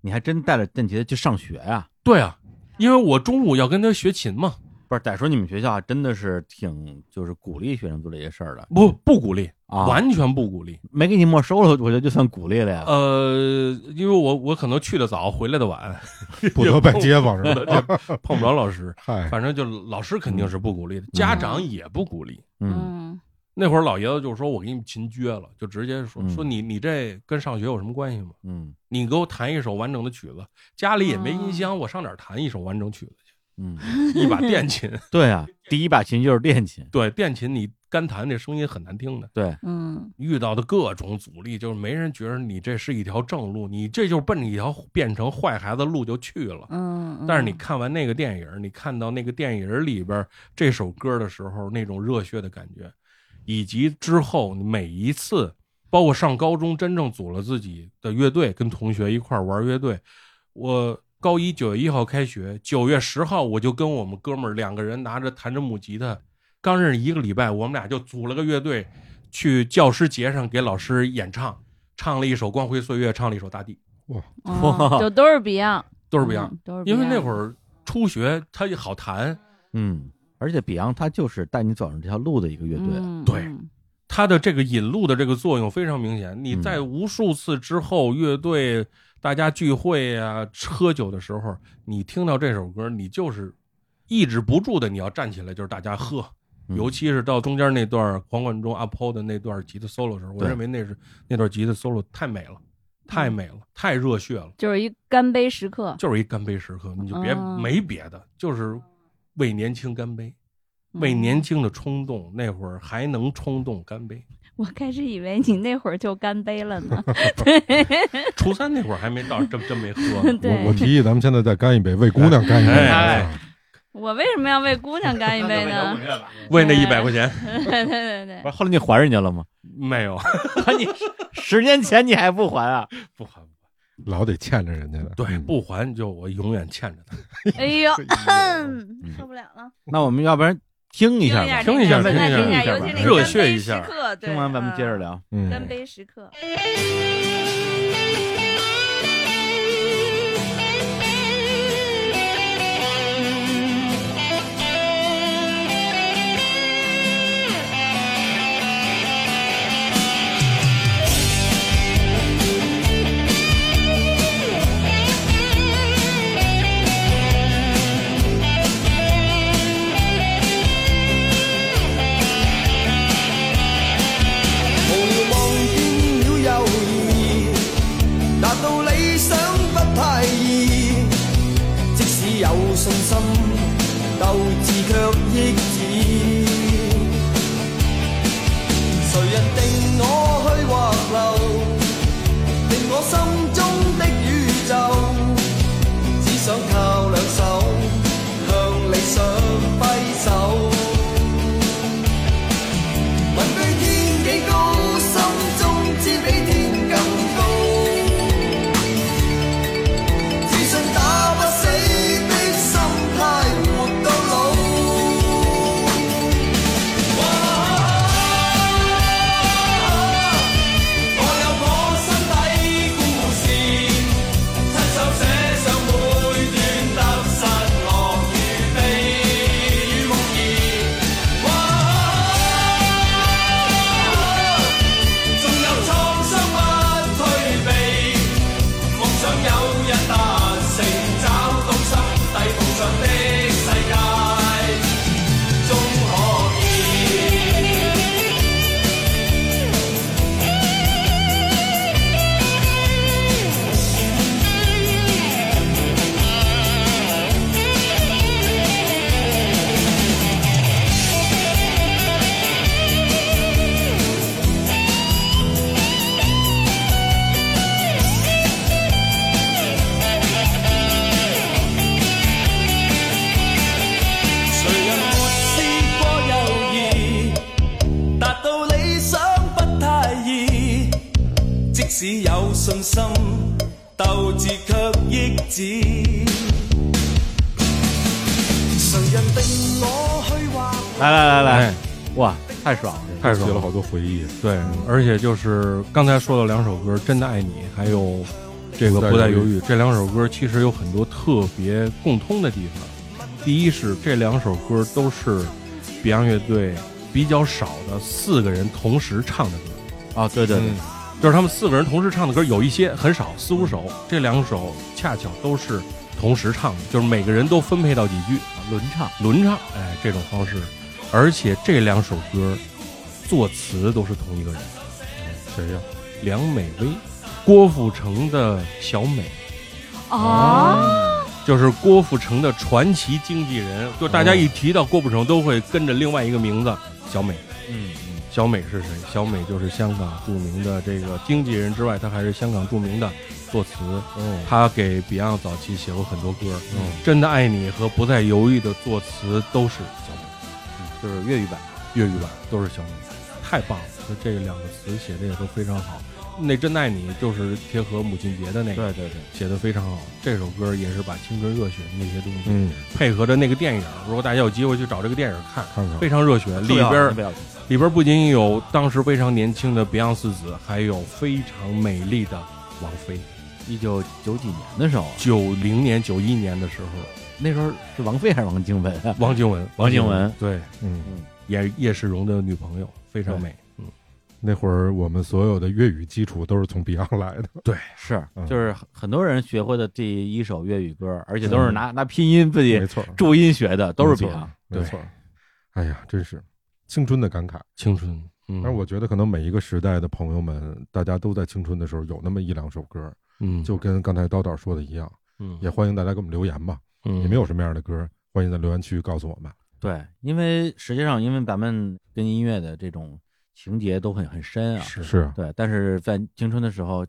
A: 你还真带着邓杰去上学呀、
C: 对啊，因为我中午要跟他学琴嘛，
A: 不是，得说你们学校还真的是挺就是鼓励学生做这些事儿的
C: 不不鼓励，
A: 啊，
C: 完全不鼓励。
A: 没给你没收了，我觉得就算鼓励了呀。
C: 呃，因为我我可能去的早，回来的晚，
B: 不得拜街坊是吧？
C: 碰不着老师。
B: 嗨，
C: 反正就老师肯定是不鼓励的，家长也不鼓励。
A: 嗯，
D: 嗯
C: 那会儿老爷子就说：“我给你们琴撅了。”就直接说
A: 嗯
C: 说你你这跟上学有什么关系吗？
A: 嗯
C: 你给我弹一首完整的曲子，家里也没音箱，我上哪儿弹一首完整曲子
A: 嗯，
C: 去？一把电琴，
A: 对啊，第一把琴就是练琴，
C: 对电琴你干弹这声音很难听的。
A: 对，
D: 嗯
C: 遇到的各种阻力，就是没人觉得你这是一条正路，你这就是奔着一条变成坏孩子路就去了。
D: 嗯，
C: 但是你看完那个电影儿，你看到那个电影儿里边儿这首歌的时候，那种热血的感觉，以及之后你每一次，包括上高中真正组了自己的乐队，跟同学一块儿玩乐队，我。高一九月一号开学，九月十号我就跟我们哥们儿两个人拿着弹着木吉他，刚认识一个礼拜，我们俩就组了个乐队，去教师节上给老师演唱，唱了一首《光辉岁月》，唱了一首《大地》，
D: 嗯
A: 哇
D: 就都是 Beyond，
C: 都是不一样。
D: 嗯，都是
C: 因为那会
D: 儿
C: 儿初学，他也好弹，
A: 嗯，而且 Beyond 他就是带你走上这条路的一个乐队，啊
D: 嗯
C: 对他的这个引路的这个作用非常明显。你在无数次之后，乐队大家聚会啊、喝酒的时候，你听到这首歌，你就是抑制不住的，你要站起来，就是大家喝。
A: 嗯
C: 尤其是到中间那段黄贯中阿抛的那段吉他 solo 的时候，我
A: 对
C: 认为那是那段吉他 solo 太美了，太美
A: 嗯
C: 了，太热血了，
D: 就是一干杯时刻，
C: 就是一干杯时刻。你就别
D: 嗯
C: 没别的，就是为年轻干杯，为
D: 嗯
C: 年轻的冲动，那会儿还能冲动干 杯。
D: 我开始以为你那会儿就干杯了 呢，
C: 初三那会儿还没到，真真没喝。
B: 我
D: 对
B: 我提议咱们现在再干一杯，为姑娘干一杯
C: 哎
B: 啊。
D: 我为什么要为姑娘干一 杯呢？
C: 为那一百块钱
D: 对对对
A: 不是后来你还人家了吗？
C: 没有，
A: 你十年前你还不还啊？
C: 不还不
B: 老得欠着人家的。
C: 对，
B: 嗯
C: 不还就我永远欠着他。
D: 对，哎呦，
A: 嗯
D: 嗯受不了了，
A: 那我们要不然听一下吧，
C: 听一下
D: 这个
C: 听一下
D: 听
A: 听一下
D: 尤其那
C: 热
D: 干
C: 血
D: 杯
C: 一下
D: 时刻，对
A: 听完咱们接着。聊。
D: 嗯
B: 嗯
C: 哎
D: 干，杯时刻，
E: 無聊望見了信心，鬥志卻抑止。誰人定我去或留，定我心中的宇宙，只想靠兩手向理想揮手。问对天几高，心中知比天更高。自信打不死的心态，活到老。哇！我有我身底故事，亲手写上每段踏实樂與悲與夢兒。哇！仲有創傷不退避，夢想有日達成，找到心底夢想的世界，終可以。谁人没試過猶豫？達到理想不太易，即使有信心，鬥志卻抑止。誰人定我去或？
A: 来来来来
C: 哎，，
A: 哇，太爽了！
C: 太
B: 起
C: 爽
B: 了
C: 了！
B: 好多回忆。
C: 对，而且就是刚才说的两首歌，《真的爱你》还有这个《不再犹豫》，这两首歌其实有很多特别共通的地方。第一是这两首歌都是 Beyond 乐队比较少的四个人同时唱的歌，
A: 啊，对对对，
C: 嗯就是他们四个人同时唱的歌有一些很少，四五首，这两首恰巧都是同时唱的，就是每个人都分配到几句。
A: 啊轮唱，
C: 轮唱，哎，这种方式，而且这两首歌作词都是同一个人，
B: 谁呀？
C: 梁美薇，郭富城的小美，
D: 哦，
C: 就是郭富城的传奇经纪人，就大家一提到郭富城都会跟着另外一个名字小美。
A: 嗯嗯，
C: 小美是谁？小美就是香港著名的这个经纪人之外，她还是香港著名的作词。
A: 嗯
B: 哦，
C: 她给 Beyond 早期写过很多歌，真的爱你》和《不再犹豫》的作词都是小美。
A: 就是粤语版。
C: 粤语版都是小美，太棒了！就这两个词写的也都非常好。那真爱你就是贴合母亲节的那个，
A: 对对，
C: 写的非常好。这首歌也是把青春热血那些东西、
B: 嗯，
C: 配合着那个电影，如果大家有机会去找这个电影看，
B: 看
A: 嗯
B: 看
C: 非常热血。里边
A: 不
C: 儿
A: 要紧
C: 里边儿不仅有当时非常年轻的 Beyond 四子，还有非常美丽的王菲。
A: 一九九几年的时候啊，
C: 九零年、九一年的时候，
A: 那时候是王菲还是王静雯啊？
C: 王静雯，
A: 王静雯
C: 对，
B: 嗯，
C: 也叶世荣的女朋友，非常
A: 对
C: 美。嗯，
B: 那会儿我们所有的粤语基础都是从 Beyond 来的。
A: 是
B: 嗯，
A: 就是很多人学会的第一首粤语歌，而且都是拿 拿拼音自己
B: 没错，
A: 注音学的，都是
B: 嗯没错
A: Beyond。
B: 没错。哎呀，真是青春的感慨。
C: 青春。嗯，
B: 但是我觉得可能每一个时代的朋友们，大家都在青春的时候有那么一两首歌，
C: 嗯，
B: 就跟刚才刀导说的一样，
C: 嗯
B: 也欢迎大家给我们留言吧。
C: 嗯
B: 你们有什么样的歌，欢迎在留言区告诉我们。
A: 对，因为实际上，因为咱们跟音乐的这种情节都很很深啊。
C: 是
B: 是啊，
A: 对，但是在青春的时候，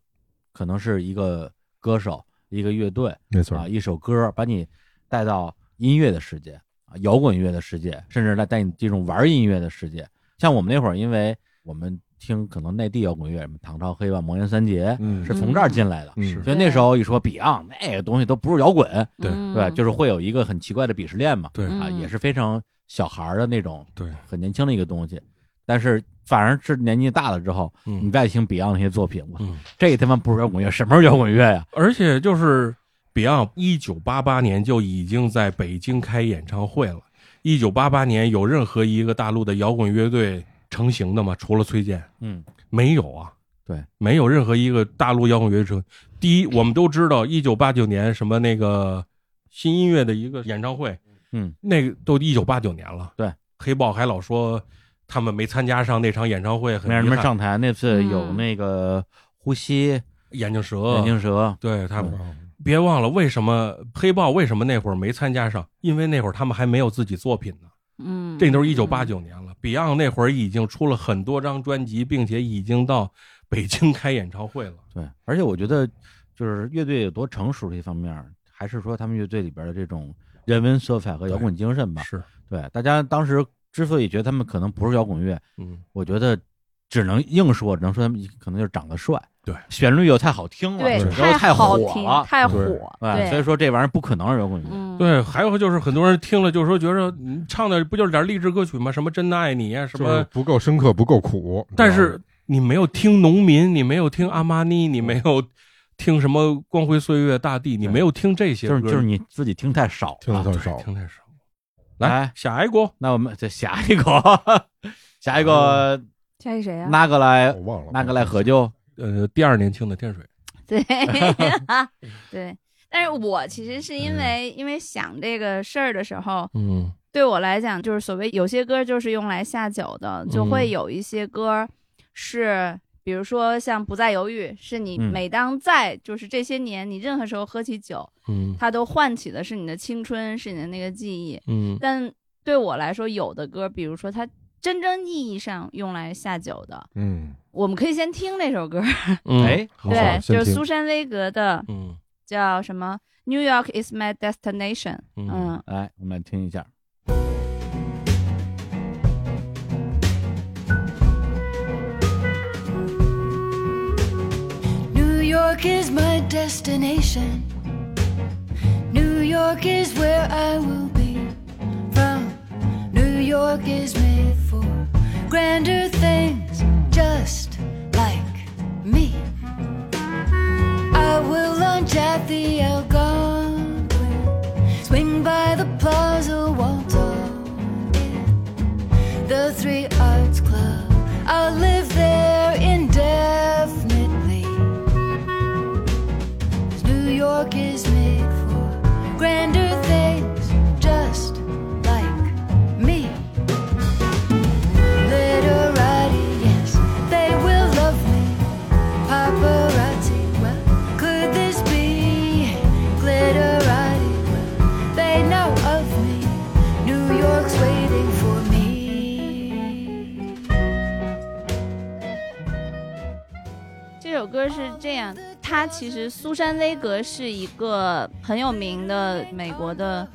A: 可能是一个歌手、一个乐队
B: 没错
A: 啊，，一首歌把你带到音乐的世界啊，摇滚乐的世界，甚至带带你这种玩音乐的世界。像我们那会儿，因为我们听可能内地摇滚乐，什么唐朝黑吧、魔岩三杰，
B: 嗯
A: 是从这儿进来的。
B: 嗯
A: 所以那时候一说 Beyond，那个东西都不是摇滚，
C: 对
A: 嗯对吧，就是会有一个很奇怪的鄙视链嘛。
C: 嗯对
A: 啊，
D: 嗯
A: 也是非常小孩儿的那种，
C: 对，
A: 很年轻的一个东西。但是反而是年纪大了之后，你
C: 嗯
A: 再听 Beyond 那些作品，我
C: 嗯，
A: 这他妈不是摇滚乐，什么是摇滚乐呀？
C: 而且就是 Beyond 一九八八年就已经在北京开演唱会了。一九八八年有任何一个大陆的摇滚乐队成型的吗？除了崔健，
A: 嗯，
C: 没有啊。
A: 对，
C: 没有任何一个大陆摇滚乐队成。第一，我们都知道一九八九年什么那个新音乐的一个演唱会，
A: 嗯，
C: 那个都一九八九年了。
A: 对，
C: 黑豹还老说他们没参加上那场演唱会，很
A: 没什
C: 遗
A: 么
C: 憾
A: 上台，那次
D: 嗯
A: 有那个呼吸
C: 眼镜蛇，
A: 眼镜蛇，
C: 对他们
B: 嗯
C: 别忘了为什么黑豹为什么那会儿没参加上，因为那会儿他们还没有自己作品呢。
D: 嗯，
C: 这都是一九八九年了、b e y o n d 那会儿已经出了很多张专辑，并且已经到北京开演唱会了。
A: 对，而且我觉得就是乐队有多成熟的一方面儿，还是说他们乐队里边儿的这种人文色彩和摇滚精神吧。
C: 是，
A: 对，大家当时之所以觉得他们可能不是摇滚乐，
C: 嗯，
A: 我觉得只能硬说，只能说他们可能就是长得帅，
C: 对，
A: 旋律又太好听了，
D: 对
A: 然后
D: 太
A: 嗯太
D: 好
A: 火
D: 听，
A: 了，啊
D: 太火
B: 对，
A: 对，哎所以说这玩意儿不可能是摇滚乐。
D: 嗯，
C: 对。还有就是很多人听了就说觉着你唱的不就是点励志歌曲吗？什么真的爱你啊，什
B: 就
C: 么
B: 是不够深刻，不够苦。
C: 但
B: 你知道吗
C: 是你没有听农民，你没有听阿玛尼，你没有听什么光辉岁月大地，你没有听这些
A: 就
C: 歌，
A: 是就是你自己听太少
B: 听
A: 了。
B: 得太
C: 对
B: 少，
C: 听太少。
A: 哎
C: 来，下一个，
A: 那我们再下一个， 下一
C: 哦
A: 个
D: 下一个谁呀？啊
A: 拿过来
B: 我哦忘了
A: 拿过来喝酒，
C: 呃，第二年听的天水，
D: 对 对，但是我其实是
A: 嗯
D: 因为因为想这个事儿的时候，
C: 嗯
D: 对我来讲，就是所谓有些歌就是用来下酒的，就会
C: 嗯
D: 有一些歌是，比如说像《不再犹豫》，是你
A: 嗯
D: 每当在就是这些年，你任何时候喝起酒，
C: 嗯
D: 它都唤起的是你的青春，是你的那个记忆。
C: 嗯
D: 但对我来说，有的歌，比如说它真正意义上用来下酒的，
B: 嗯，
D: 我们可以先听那首歌，
C: 嗯，
A: 哎
C: 好
D: 对，
B: 先
D: 就是
B: 听
D: 苏珊威格的
C: 嗯
D: 叫什么《New York Is My Destination》。
C: 嗯
D: 嗯，
A: 来我们来听一下。
F: New York is my destination. New York is where I will be from. New York is made for grander things, just like me. I will lunch at the Algonquin, swing by the Plaza Walton Inn the Three Arts Club. I'll live there indefinitely. 'Cause New York is made for grander things, just like me. Literati, yes, they will love me. Paparazzi, well, could this be glitterati? Well, they know of me. New York's waiting for me.
D: 这首歌是这样，她其实苏珊·威格是一个很有名的美国的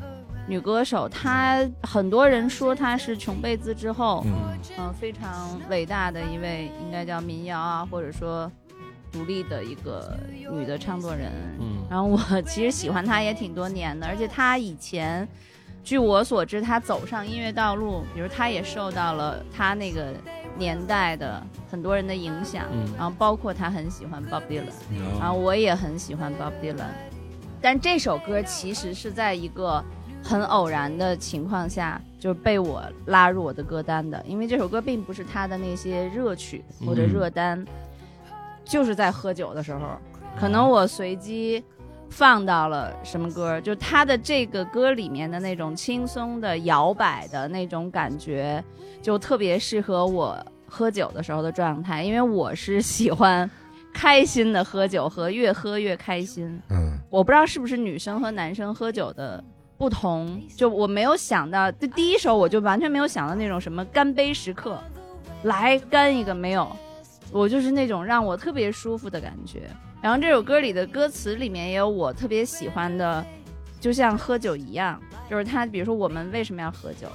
D: 女歌手，她很多人说她是琼贝兹之后，
C: 嗯
D: 嗯、非常伟大的一位，应该叫民谣啊，或者说独立的一个女的唱作人。
C: 嗯
D: 然后我 其实喜欢她也挺多年的，而且她以前，据我所知，她走上音乐道路，比如她也受到了她那个年代的很多人的影响，
C: 嗯
D: 然后包括她很喜欢 Bob Dylan，
C: 嗯，
D: 然后我也很喜欢 Bob Dylan，但这首歌其实是在一个很偶然的情况下，就是被我拉入我的歌单的，因为这首歌并不是他的那些热曲或者
C: 嗯
D: 热单，就是在喝酒的时候，可能我随机放到了什么歌，就他的这个歌里面的那种轻松的摇摆的那种感觉，就特别适合我喝酒的时候的状态，因为我是喜欢开心的喝酒和越喝越开心。
B: 嗯，
D: 我不知道是不是女生和男生喝酒的不同，就我没有想到，就第一首我就完全没有想到那种什么干杯时刻，来干一个没有，我就是那种让我特别舒服的感觉。然后这首歌里的歌词里面也有我特别喜欢的，就像喝酒一样，就是他比如说我们为什么要喝酒。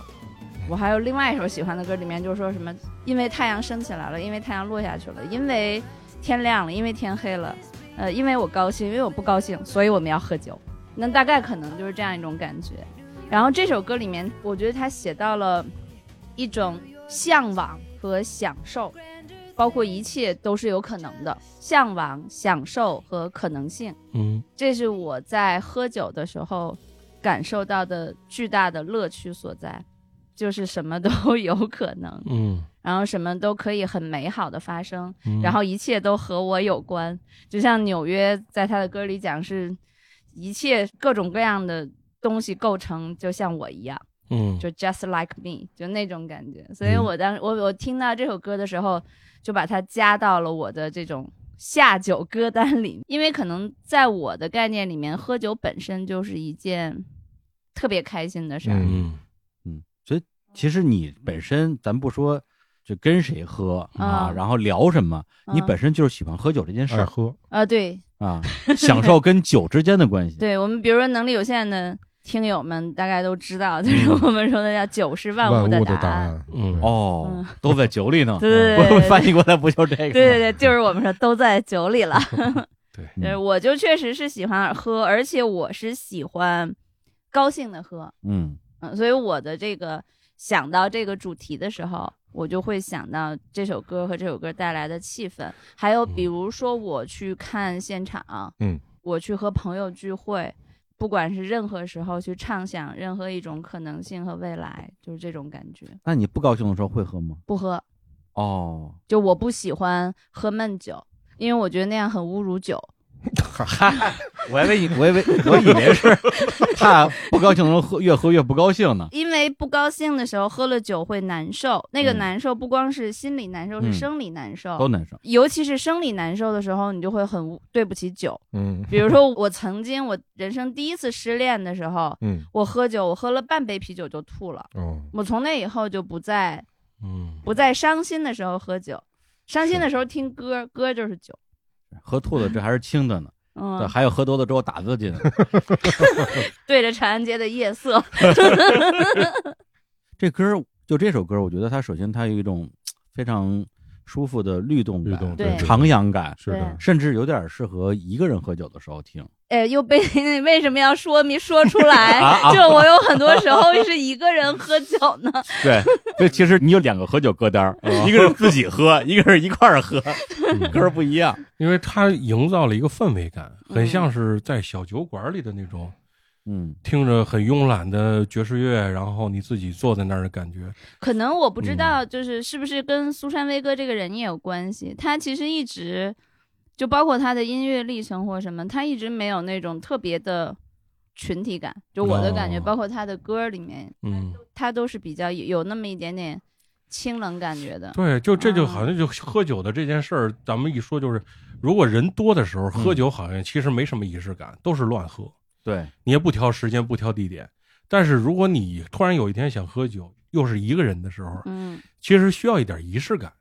D: 我还有另外一首喜欢的歌，里面就是说什么，因为太阳升起来了，因为太阳落下去了，因为天亮了，因为天黑了，呃，因为我高兴，因为我不高兴，所以我们要喝酒。那大概可能就是这样一种感觉。然后这首歌里面，我觉得他写到了一种向往和享受，包括一切都是有可能的，向往、享受和可能性。
C: 嗯
D: 这是我在喝酒的时候感受到的巨大的乐趣所在，就是什么都 有可能，
C: 嗯
D: 然后什么都可以很美好的发生，
C: 嗯，
D: 然后一切都和我有关。就像纽约在他的歌里讲，是一切各种各样的东西构成，就像我一样。
C: 嗯
D: 就 just like me，就那种感觉。所以我当我我听到这首歌的时候，就把它加到了我的这种下酒歌单里，因为可能在我的概念里面，喝酒本身就是一件特别开心的事儿。
B: 嗯
C: 嗯，
A: 嗯，所以其实你本身，咱不说就跟谁喝啊，
D: 嗯
A: 然后聊什么，你
D: 嗯
A: 本身就是喜欢喝酒这件事
B: 爱
A: 儿
B: 喝，
D: 啊，对
A: 啊，享受跟酒之间的关系。
D: 对，我们比如说能力有限的听友们大概都知道，就是我们说的叫酒是万
B: 万
D: 物
B: 物的
D: 答
B: 答。案，啊
C: 嗯
B: 对，
A: 哦
D: 嗯，
A: 都在酒里呢。
D: 对对对
A: 我
D: 对对
A: 翻译过来不就是这个吗？
D: 对对对，就是我们说都在酒里了。
A: 嗯
D: 对，我就确实是喜欢喝，而且我是喜欢高兴的喝，
A: 嗯
D: 嗯，所以我的这个想到这个主题的时候，我就会想到这首歌和这首歌带来的气氛，还有
A: 嗯
D: 比如说我去看现场，
B: 嗯，
D: 我去和朋友聚会，不管是任何时候去畅想任何一种可能性和未来，就是这种感觉。
A: 那你不高兴的时候会喝吗？
D: 不喝，
A: 哦，
D: 就我不喜欢喝闷酒，因为我觉得那样很侮辱酒。
A: 我以为你，我以为 我以为是 怕不高兴的时候喝越喝越不高兴呢。
D: 因为不高兴的时候喝了酒会难受，那个
A: 嗯
D: 难受不光是心理难受，
A: 嗯
D: 是生理难受。
A: 都难受。
D: 尤其是生理难受的时候，你就会很无对不起酒。
B: 嗯
D: 比如说，我曾经我人生第一次失恋的时候，
B: 嗯
D: 我喝酒，我喝了半杯啤酒就吐了。
B: 哦，
D: 我从那以后就不再
C: 嗯，
D: 不再伤心的时候喝酒，伤心的时候听歌，歌就是酒。
A: 喝吐了，这还是轻的呢。对，
D: 嗯，
A: 还有喝多了之后打字进来。
D: 对着长安街的夜色，
A: 这歌儿就这首歌儿，我觉得它首先它有一种非常舒服的律动
B: 律动
A: 感、
D: 对对
A: 徜徉感，
B: 是的，
A: 甚至有点适合一个人喝酒的时候听。
D: 哎，又被 你为什么要说明说出来？
A: 啊啊
D: 就我有很多时候是一个人喝酒呢。
A: 对，所以其实你有两个喝酒歌单儿，一个是自己喝，一个是一块儿喝，歌儿不一样。
C: 因为它营造了一个氛围感，很
D: 嗯
C: 像是在小酒馆里的那种
A: 嗯，
C: 听着很慵懒的爵士乐，然后你自己坐在那儿的感觉。
D: 可能我不
C: 嗯
D: 知道，就是是不是跟苏珊威哥这个人也有关系。他其实一直就包括他的音乐历程或什么，他一直没有那种特别的群体感。就我的感觉，
C: 哦
D: 包括他的歌里面，
C: 嗯，
D: 他都是比较有有那么一点点清冷感觉的。
C: 对，就这就
D: 嗯
C: 好像就喝酒的这件事儿，咱们一说就是，如果人多的时候
D: 嗯
C: 喝酒，好像其实没什么仪式感，都是乱喝，
A: 对，
C: 你也不挑时间，不挑地点。但是如果你突然有一天想喝酒，又是一个人的时候，
D: 嗯，
C: 其实需要一点仪式感，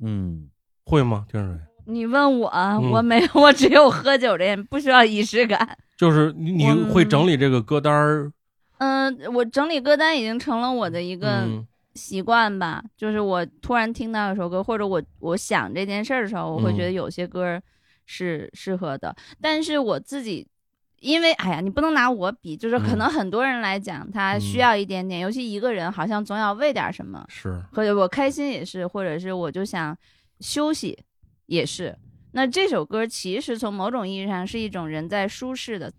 A: 嗯，
C: 会吗？听着没，
D: 你问我，啊
C: 嗯
D: 我没有，我只有喝酒这样，不需要仪式感。
C: 就是你你
D: 我
C: 会整理这个歌单儿，
D: 嗯、我整理歌单已经成了我的一个
C: 嗯
D: 习惯吧，就是我突然听到一首歌，或者我我想这件事儿的时候，我会觉得有些歌是适合的。但是我自己，因为哎呀，你不能拿我比，就是可
C: 嗯
D: 能很多人来讲，他需要一点点，尤其一个人，好像总要为点什么，
C: 是
D: 或者我开心也是，或者是我就想休息也是。那这首歌其实从某种意义上是一种人在舒适的，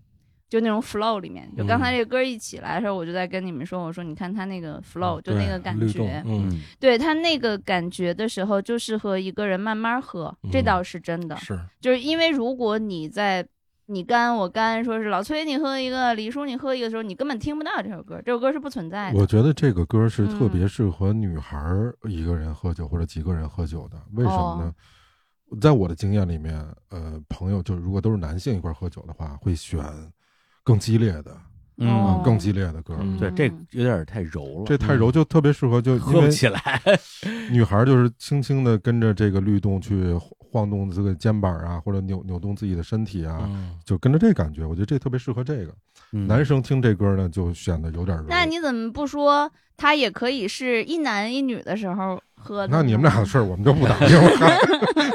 D: 就那种 flow 里面。就刚
C: 嗯
D: 才这歌一起来的时候，我就在跟你们说，我说你看他那个 flow，就那
C: 啊哦对
D: 个感
C: 律
D: 觉，
C: 动嗯，
A: 嗯，
D: 对他那个感觉的时候，就适合一个人慢慢喝，这
C: 嗯
D: 倒是真的。
C: 是，
D: 就是因为如果你在你干我干，说是老崔你喝一个，李叔你喝一个的时候，你根本听不到这首歌，这首歌是不存在的。
B: 我觉得这个歌是特
D: 嗯
B: 别适合女孩儿一个人喝酒或者几个人喝酒的，为什么呢？
D: 哦
B: 在我的经验里面，呃，朋友就是如果都是男性一块儿喝酒的话，会选更激烈的，啊
A: 嗯
D: 哦
B: 更激烈的歌。
D: 嗯
A: 对，这有点太柔了，嗯
B: 这太柔就特别适合，就因
A: 喝不
B: 为
A: 起来。
B: 女孩儿就是轻轻的跟着这个律动去晃动这个肩膀啊，或者扭扭动自己的身体啊，
C: 嗯，
B: 就跟着这感觉，我觉得这特别适合这个。
A: 嗯
B: 男生听这歌呢，就显得有点柔。
D: 那你怎么不说他也可以是一男一女的时候喝的呢？
B: 那你们俩的事儿我们就不打听了。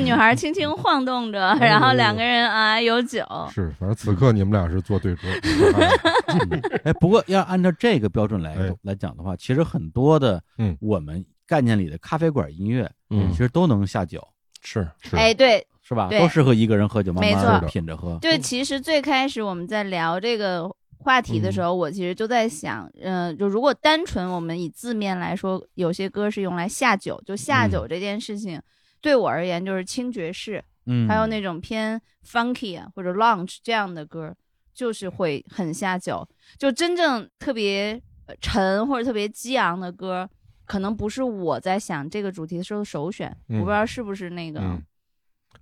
D: 女孩轻轻晃动
B: 哎
D: 着，然后两个人啊有酒，
B: 是，反正此刻你们俩是做对 桌。啊
A: 嗯哎，不过要按照这个标准来、
B: 哎
A: 来讲的话，其实很多的，
B: 嗯
A: 我们概念里的咖啡馆音乐，
C: 嗯
A: 其实都能下酒，
C: 是
B: 是
D: 哎，对，
A: 是吧？
D: 对
A: 都适合一个人喝酒，慢
D: 没
A: 慢
B: 错
A: 品着喝。
D: 对，其实最开始我们在聊这个话题
B: 嗯
D: 的时候，我其实就在想，嗯、就如果单纯我们以字面来说，有些歌是用来下酒，就
B: 嗯
D: 下酒这件事情，对我而言就是轻爵士，
A: 嗯，
D: 还有那种偏 funky 啊或者 lounge 这样的歌，就是会很下酒。就真正特别呃沉或者特别激昂的歌，可能不是我在想这个主题的时候的首选，
B: 嗯
D: 我不知道是不是那个。
B: 嗯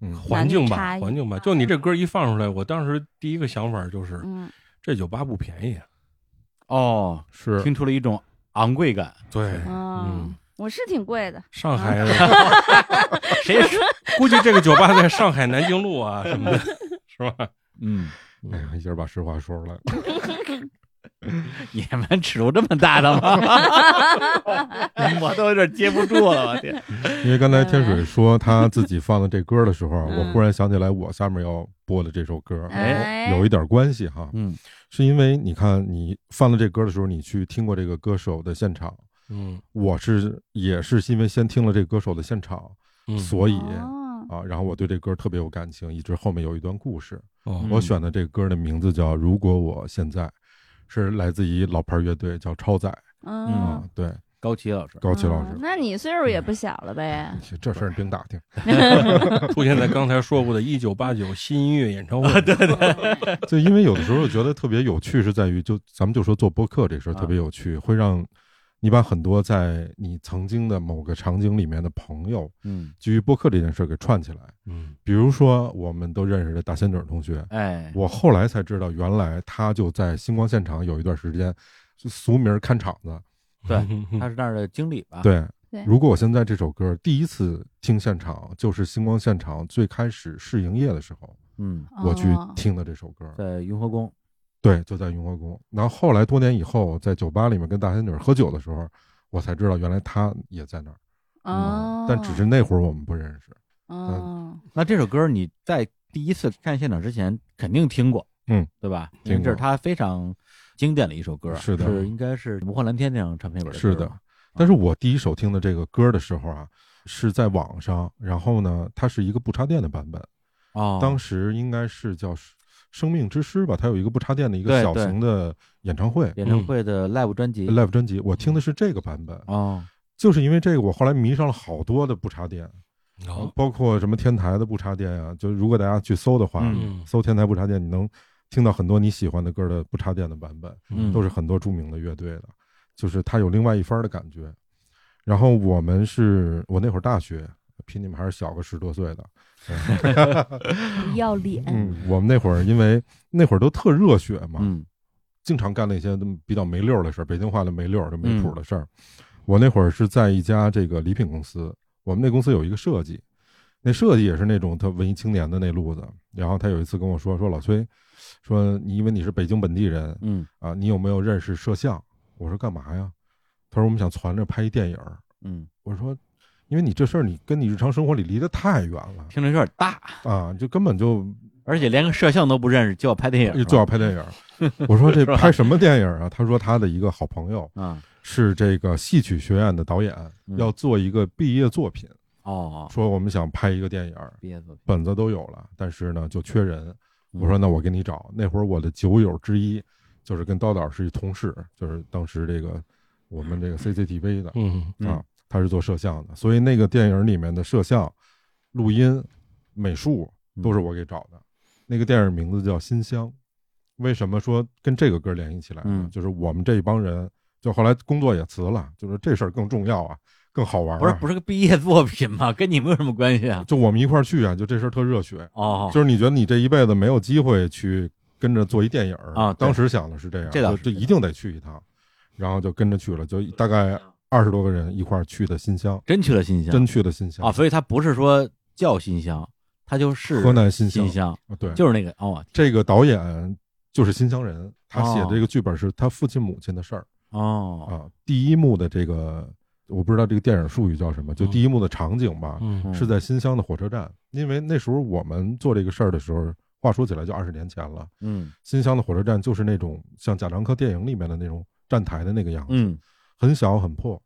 B: 嗯
C: 环境
D: 差
C: 吧，
D: 异
C: 环境吧。就你这歌一放出来，我当时第一个想法就是
D: 嗯，
C: 这酒吧不便宜啊，
A: 哦，
B: 是
A: 听出了一种昂贵感。
C: 对，
D: 哦
C: 嗯，
D: 我是挺贵的，
C: 上海的，
A: 谁说？
C: 估计这个酒吧在上海南京路啊什么的，是吧？
A: 嗯，
B: 哎呀，一下把实话说出来了。
A: 你们尺度这么大的吗？ 我都有点接不住了，我天！
B: 因为刚才 天水说他自己放的这歌的时候啊，
D: 嗯
B: 我忽然想起来我下面要播的这首歌
D: 哎
B: 有一点关系哈，
A: 嗯，
B: 是因为你看你放的这歌的时候，你去听过这个歌手的现场，
C: 嗯
B: 我是也是因为先听了这个歌手的现场，
C: 嗯，
B: 所以
D: 哦，
B: 啊，然后我对这歌特别有感情，一直后面有一段故事。
A: 嗯
C: 哦
B: 我选的这个歌的名字叫《如果我现在》，是来自于老牌乐队叫超载啊
D: 嗯，，
B: 对，
A: 高奇老师，
B: 高奇老
D: 哦
B: 师，哎
D: 那你岁数也不小了呗？
B: 这事儿你别打听。
C: 出现在刚才说过的1989新音乐演唱会，对对，
B: 就因为有的时候觉得特别有趣，是在于就咱们就说做播客这事儿
A: 啊
B: 特别有趣，会让你把很多在你曾经的某个场景里面的朋友，
A: 嗯，
B: 基于播客这件事儿给串起来。
C: 嗯
B: 比如说我们都认识的大仙女儿同学，
A: 哎，
B: 我后来才知道，原来她就在星光现场有一段时间，就俗名儿看场子。
A: 对
C: 嗯
A: 他是那儿的经理吧？，
B: 对
D: 啊对，
B: 如果我现在这首歌第一次听现场，就是星光现场最开始试营业的时候，
A: 嗯，
B: 我去
D: 哦
B: 听的这首歌。
A: 在雍和宫，
B: 对，就在雍和宫。然后后来多年以后，在酒吧里面跟大仙女儿喝酒的时候，我才知道原来她也在那儿。
D: 哦
B: 嗯，但只是那会儿我们不认识。
D: 哦，
A: 那这首歌你在第一次看现场之前肯定听过，
B: 嗯，
A: 对吧？
B: 听过
A: 这是他非常经典的一首歌，
B: 是的
A: 应该是《魔幻蓝天》那张唱片里边
B: 是
A: 歌
B: 的
A: 吧，
B: 但是我第一首听的这个歌的时候啊，是在网上，然后呢，它是一个不插电的版本，
A: 哦，
B: 当时应该是叫《生命之诗》吧，它有一个不插电的一个
A: 对
B: 小
A: 对
B: 型的演唱会
A: 演唱会的 live 专辑
B: 嗯 live 专辑，我听的是这个版本，
A: 哦，
B: 就是因为这个，我后来迷上了好多的不插电，
C: 哦，
B: 包括什么天台的不插电啊，就如果大家去搜的话，
C: 嗯
B: 搜天台不插电，你能听到很多你喜欢的歌的不插电的版本。
A: 嗯，
B: 都是很多著名的乐队的，就是它有另外一番儿的感觉。然后我们是我那会儿大学，比你们还是小个十多岁的。
D: 不要脸，，
B: 嗯，我们那会儿因为那会儿都特热血嘛，
A: 嗯
B: 经常干那些都比较没溜儿的事儿，北京话的没溜儿就没谱
A: 嗯
B: 的事儿。我那会儿是在一家这个礼品公司，我们那公司有一个设计，那设计也是那种特文艺青年的那路子。然后他有一次跟我说，说老崔，说你因为你是北京本地人，
A: 嗯
B: 啊，你有没有认识摄像？我说干嘛呀？他说我们想攒着拍一电影儿。
A: 嗯，
B: 我说，因为你这事儿你跟你日常生活里离得太远了
A: 听着有点大，
B: 啊，就根本就
A: 而且连个摄像都不认识，就要拍电影，
B: 就要拍电影儿。我说这拍什么电影儿啊？他说他的一个好朋友
A: 啊，
B: 是这个戏曲学院的导演，
A: 嗯
B: 要做一个毕业作品，
A: 哦，
B: 说我们想拍一个电影儿，
A: 毕业作品，
B: 本子都有了，但是呢就缺人。
A: 嗯
B: 我说那我给你找。那会儿我的酒友之一就是跟刀导是一同事，就是当时这个我们这个 CCTV 的。
C: 嗯
A: 嗯
B: 啊，他是做摄像的，所以那个电影里面的摄像、录音、美术
A: 嗯
B: 都是我给找的。那个电影名字叫《新乡》，为什么说跟这个歌联系起来呢？
A: 嗯
B: 就是我们这一帮人，就后来工作也辞了，就是这事儿更重要啊，更好玩、啊。
A: 不是不
B: 是，
A: 是个毕业作品吗？ 跟你们有什么关系啊？
B: 就我们一块儿去啊，就这事儿特热血。
A: 哦，
B: 就是你觉得你这一辈子没有机会去跟着做一电影儿
A: 啊对
B: 当时想的是这样，
A: 这倒
B: 就是就一定得去一趟，然后就跟着去了，就大概二十多个人一块儿去的新乡，
A: 真去了新乡，
B: 真去的新乡
A: 啊，所以它不是说叫新乡，它就是
B: 河南新乡
A: 新乡，
B: 啊，对，
A: 就是那个哦
B: 这个导演就是新乡人，他
A: 哦
B: 写这个剧本是他父亲母亲的事儿
A: 哦，
B: 啊。第一幕的这个我不知道这个电影术语叫什么，就第一幕的场景吧，
C: 嗯
A: 嗯
B: 是在新乡的火车站，因为那时候我们做这个事儿的时候，话说起来就二十年前了。
A: 嗯
B: 新乡的火车站就是那种像贾樟柯电影里面的那种站台的那个样子，
A: 嗯
B: 很小很破。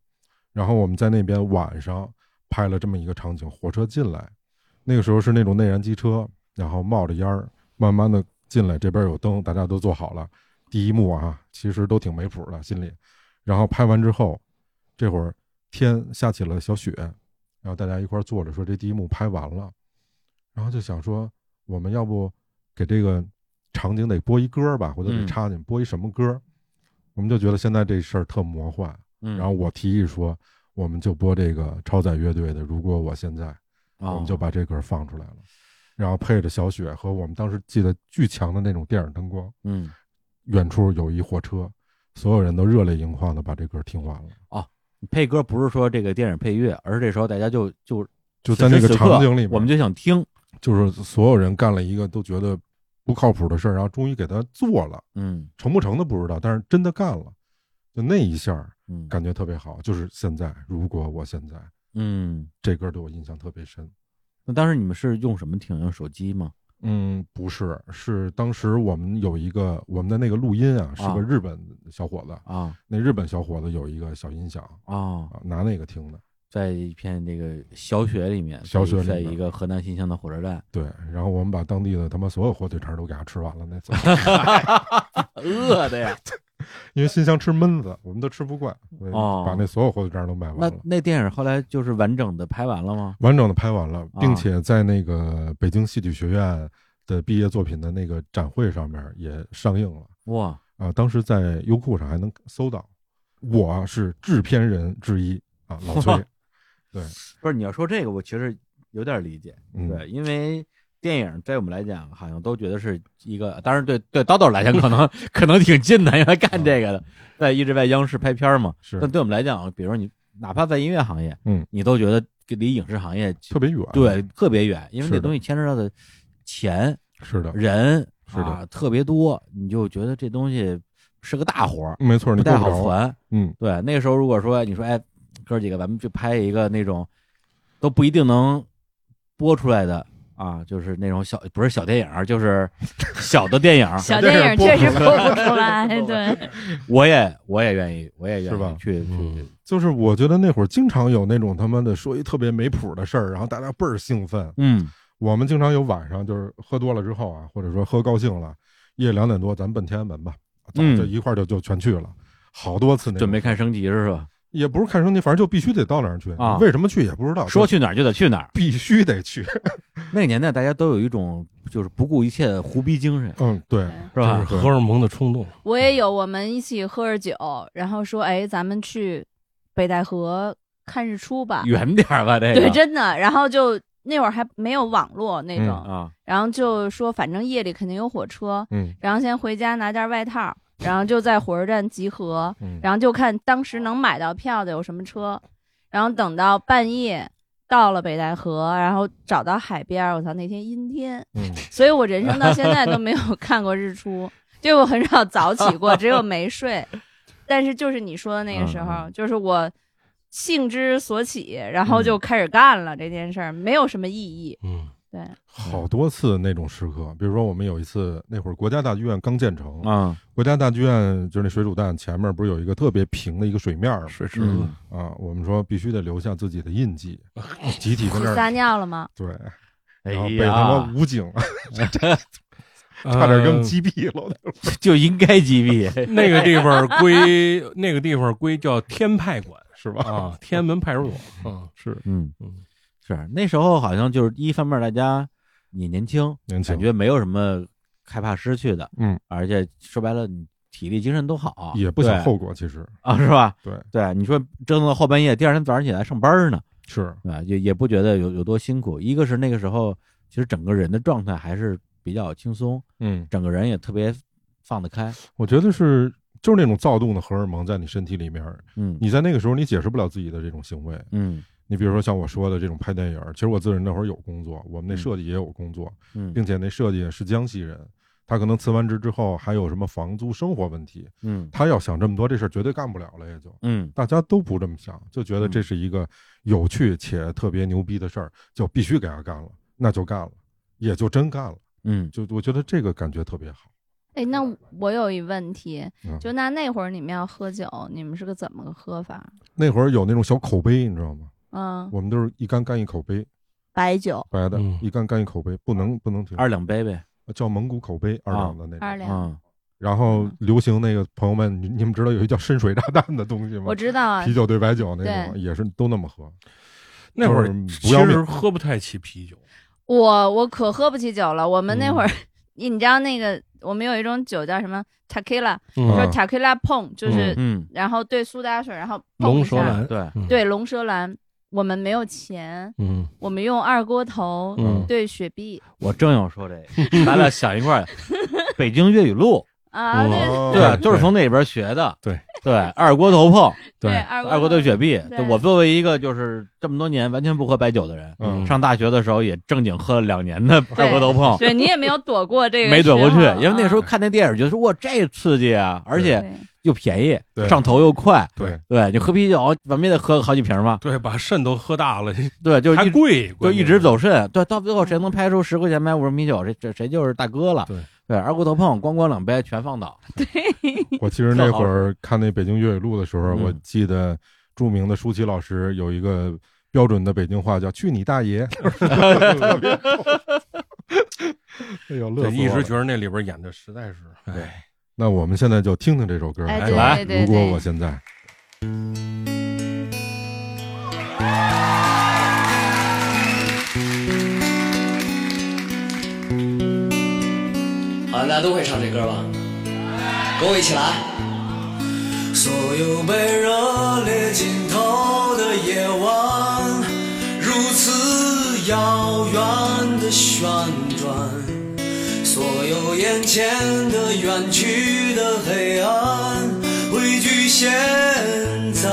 B: 然后我们在那边晚上拍了这么一个场景，火车进来，那个时候是那种内燃机车，然后冒着烟儿，慢慢的进来，这边有灯，大家都坐好了。第一幕啊，其实都挺没谱的心里。然后拍完之后，这会儿天下起了小雪，然后大家一块儿坐着说这第一幕拍完了，然后就想说我们要不给这个场景得播一歌吧，或者得
A: 嗯
B: 插进播一什么歌？我们就觉得现在这事儿特魔幻，
A: 嗯，
B: 然后我提议说，我们就播这个超载乐队的《如果我现在》，
A: 哦
B: 我们就把这歌放出来了，然后配着小雪和我们当时记得巨强的那种电影灯光，
A: 嗯，
B: 远处有一火车，所有人都热泪盈眶的把这歌听完了，
A: 配歌不是说这个电影配乐，而是这时候大家就就
B: 就在那个
A: 此时此刻
B: 场景里面，
A: 我们就想听，
B: 就是所有人干了一个都觉得不靠谱的事儿，然后终于给他做了，
A: 嗯
B: 成不成的不知道，但是真的干了，就那一下儿
A: 嗯
B: 感觉特别好。就是现在，如果我现在
A: 嗯。
B: 这歌对我印象特别深。
A: 那当时你们是用什么听？用手机吗？
B: 嗯，不是，是当时我们有一个我们的那个录音啊，是
A: 啊
B: 个日本小伙子，
A: 啊
B: 那日本小伙子有一个小音响
A: 啊，
B: 啊，拿那个听的。
A: 在一片这个小雪里面，
B: 小雪里面
A: 在一个河南新乡的火车站，
B: 对，然后我们把当地的他妈所有火腿肠都给他吃完了那 次，
A: 饿 的呀。
B: 因为新乡吃焖子，我们都吃不惯，所以
A: 哦
B: 把那所有火腿肠都卖完
A: 那
B: 了。
A: 那电影后来就是完整的拍完了吗？
B: 完整的拍完了，
A: 啊
B: 并且在那个北京戏剧学院的毕业作品的那个展会上面也上映了
A: 哇，，
B: 啊、当时在优酷上还能搜到，我啊是制片人之一啊，老崔
A: 不是你要说这个，我其实有点理解，
B: 嗯
A: 对，因为。电影对我们来讲，好像都觉得是一个，当然对对刀刀来讲， 可能可能挺近的，因为干这个的，在一直在央视拍片儿嘛。
B: 嗯是
A: 但对我们来讲，比如你哪怕在音乐行业，
B: 嗯，
A: 你都觉得离影视行业
B: 特别远，
A: 对，特别远，因为
B: 是
A: 这
B: 的
A: 东西牵扯到的钱、
B: 是的，
A: 人
B: 是的
A: 啊特别多，你就觉得这东西是个大活儿，
B: 没错，
A: 不
B: 你
A: 太
B: 够不
A: 好
B: 着，
A: 传。
B: 嗯，
A: 对，那个时候如果说你说哎，哥几个咱们去拍一个那种都不一定能播出来的啊，就是那种小不是小电影儿， 就是小的电影儿
D: 小电影确实播不出来， 对，
A: 我也我也愿意，我也愿
B: 是吧
A: 意去去
C: 嗯，
B: 就是我觉得那会儿经常有那种他妈的说一特别没谱的事儿，然后大家倍儿兴奋，
A: 嗯
B: 我们经常有晚上就是喝多了之后啊，或者说喝高兴了，夜两点多咱们奔天安门吧，咱
A: 嗯
B: 就一块儿就就全去了，好多次那种
A: 准备看升级是吧？
B: 也不是看升级，反正就必须得到那儿去
A: 啊
B: 为什么去也不知道，
A: 说
B: 就
A: 去哪儿就得去哪儿。
B: 必须 得去。
A: 那个年代大家都有一种就是不顾一切的胡逼精神，
B: 嗯，对，
A: 是吧？
B: 对
C: 荷尔蒙的冲动，
D: 我也有，我们一起喝着酒，然后说，哎，咱们去北戴河看日出吧，
A: 远点儿吧，这个
D: 对，真的，然后就那会儿还没有网络那种，
A: 啊，
D: 然后就说反正夜里肯定有火车，
B: 嗯
D: 然后先回家拿件外套，然后就在火车站集合，
B: 嗯，
D: 然后就看当时能买到票的有什么车，然后等到半夜到了北戴河，然后找到海边儿，我操，那天阴天，
B: 嗯
D: 所以我人生到现在都没有看过日出，就我很少早起过，只有没睡。但是就是你说的那个时
B: 嗯
D: 候，就是我兴之所起，然后就开始干了这件事儿，没有什么意义。
C: 嗯，
D: 对，
B: 好多次那种时刻，比如说我们有一次那会儿国家大剧院刚建成，
A: 啊，
B: 国家大剧院就是那水煮蛋前面不是有一个特别平的一个水面儿吗
C: 水池子
A: 嗯，
B: 啊？我们说必须得留下自己的印记，集体在
D: 你
B: 那
D: 撒
B: 儿
D: 尿了吗？
B: 对，
A: 哎
B: 然后被他
A: 呀嗯
B: 妈， 武警差点给我们击毙了。
A: 就应该击
C: 呃
A: 毙，
C: 那个地方归那个地方归叫天派馆
B: 是吧？
C: 啊，天安门派出所，嗯，
B: 是
A: 嗯
C: 嗯，
A: 是那时候好像就是一方面大家你年轻，
B: 年轻
A: 感觉没有什么害怕失去的，
B: 嗯，
A: 而且说白了你体力精神都好，
B: 也不想
A: 对
B: 后果，其实
A: 啊，是吧？
B: 对
A: 对，你说折腾到后半夜，第二天早上起来上班呢，
B: 是
A: 啊，也也不觉得有有多辛苦。一个是那个时候，其实整个人的状态还是比较轻松，
B: 嗯，
A: 整个人也特别放得开，
B: 我觉得是就是那种躁动的荷尔蒙在你身体里面，
A: 嗯
B: 你在那个时候你解释不了自己的这种行为。
A: 嗯
B: 你比如说像我说的这种拍电影，其实我自认那会儿有工作，我们那
A: 嗯
B: 设计也有工作，
A: 嗯
B: 并且那设计是江西人，他可能辞完职之后还有什么房租、生活问题，
A: 嗯
B: 他要想这么多，这事儿绝对干不了了，也就。
A: 嗯
B: 大家都不这么想，就觉得
A: 嗯
B: 这是一个有趣且特别牛逼的事儿，就必须给他干了，那就干了，也就真干了。
A: 嗯，
B: 就我觉得这个感觉特别好。
D: 哎，那我有一问题，
B: 嗯
D: 就那那会儿你们要喝酒，你们是个怎么个喝法？
B: 那会儿有那种小口杯，你知道吗？
D: 嗯，
B: 我们都是一干干一口杯，
D: 白酒，
B: 白的，
C: 嗯
B: 一干干一口杯，不能不能停，啊
A: 二两杯呗，
B: 叫蒙古口杯，二两的那种。
D: 二两。
A: 啊，
B: 然后
D: 嗯
B: 流行那个朋友们，你你们知道有一叫深水炸弹的东西吗
D: 我？知道啊
B: 啤，酒兑白酒那种
D: 对
B: 也是都那么喝，
C: 那会儿
B: 就是
C: 其
B: 不要
C: 实
B: 命
C: 喝不太起啤酒，
D: 我我可喝不起酒了。我们那
C: 嗯
D: 会儿，你知道那个我们有一种酒叫什么 tequila，
C: 嗯
D: 就是
B: 啊
D: tequila pong，就是
A: 嗯，
D: 然后兑苏打水，然后
C: 龙
D: 碰一
C: 舌
D: 下
C: 兰，
A: 对
C: 嗯，
D: 对龙舌兰。我们没有钱，
C: 嗯
D: 我们用二锅头
C: 嗯
D: 兑雪碧、
A: 我正要说这个，咱俩想一块儿，北京粤语录，
D: 啊，对
B: 哦
A: 对，就是从那边学的，
C: 对
A: 对，二锅头碰，
C: 对
D: 二
A: 二锅头雪碧。
D: 对
A: 对我作为一个就是这么多年完全不喝白酒的人，
B: 嗯
A: 上大学的时候也正经喝了两年的二锅头碰，
D: 对你也没有躲过这个时候，
A: 没躲过去，因为那时候
D: 啊
A: 看那电影觉得说哇这刺激啊，而且
D: 对
A: 又便宜，
B: 对
A: 上头又快。
B: 对，
A: 对，你喝啤酒，怎么也得喝好几瓶嘛。
C: 对，把肾都喝大了，
A: 对，就
C: 还
A: 一
C: 贵，
A: 就
C: 关键
A: 一直走肾。对，到最后谁能拍出十块钱买五十米酒，这这谁就是大哥了。
B: 对
A: 二锅头碰，咣咣两杯全放倒。
B: 我其实那会儿看那北京粤语录的时候，
A: 嗯
B: 我记得著名的舒淇老师有一个标准的北京话叫“去你大爷”，特别逗 哎呦，乐
C: 对，
B: 死
C: 一
B: 我
C: 直
B: 了
C: 觉得那里边演的实在是，哎，
B: 那我们现在就听听这首歌，啊
D: 哎
A: 对来
D: 对对
B: 如果
D: 对
B: 我现在，
G: 好像大家都会唱这歌吧？跟我一起来。
E: 所有被热烈浸透的夜晚，如此遥远的旋转，所有眼前的远去的黑暗，汇聚现在。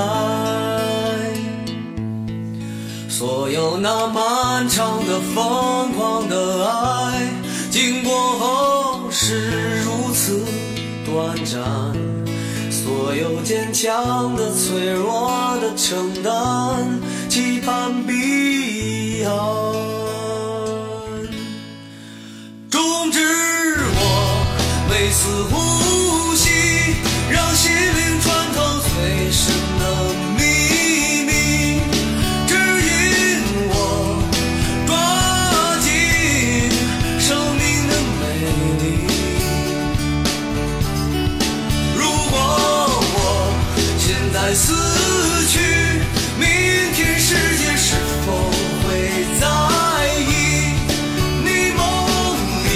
E: 所有那漫长的疯狂的爱，经过后是如此短暂。所有坚强的、脆弱的承担，期盼彼岸。终止我每次呼吸，让心灵穿透最深的秘密，指引我抓紧生命的美丽。如果我现在死去，明天世界是否会在意？你梦里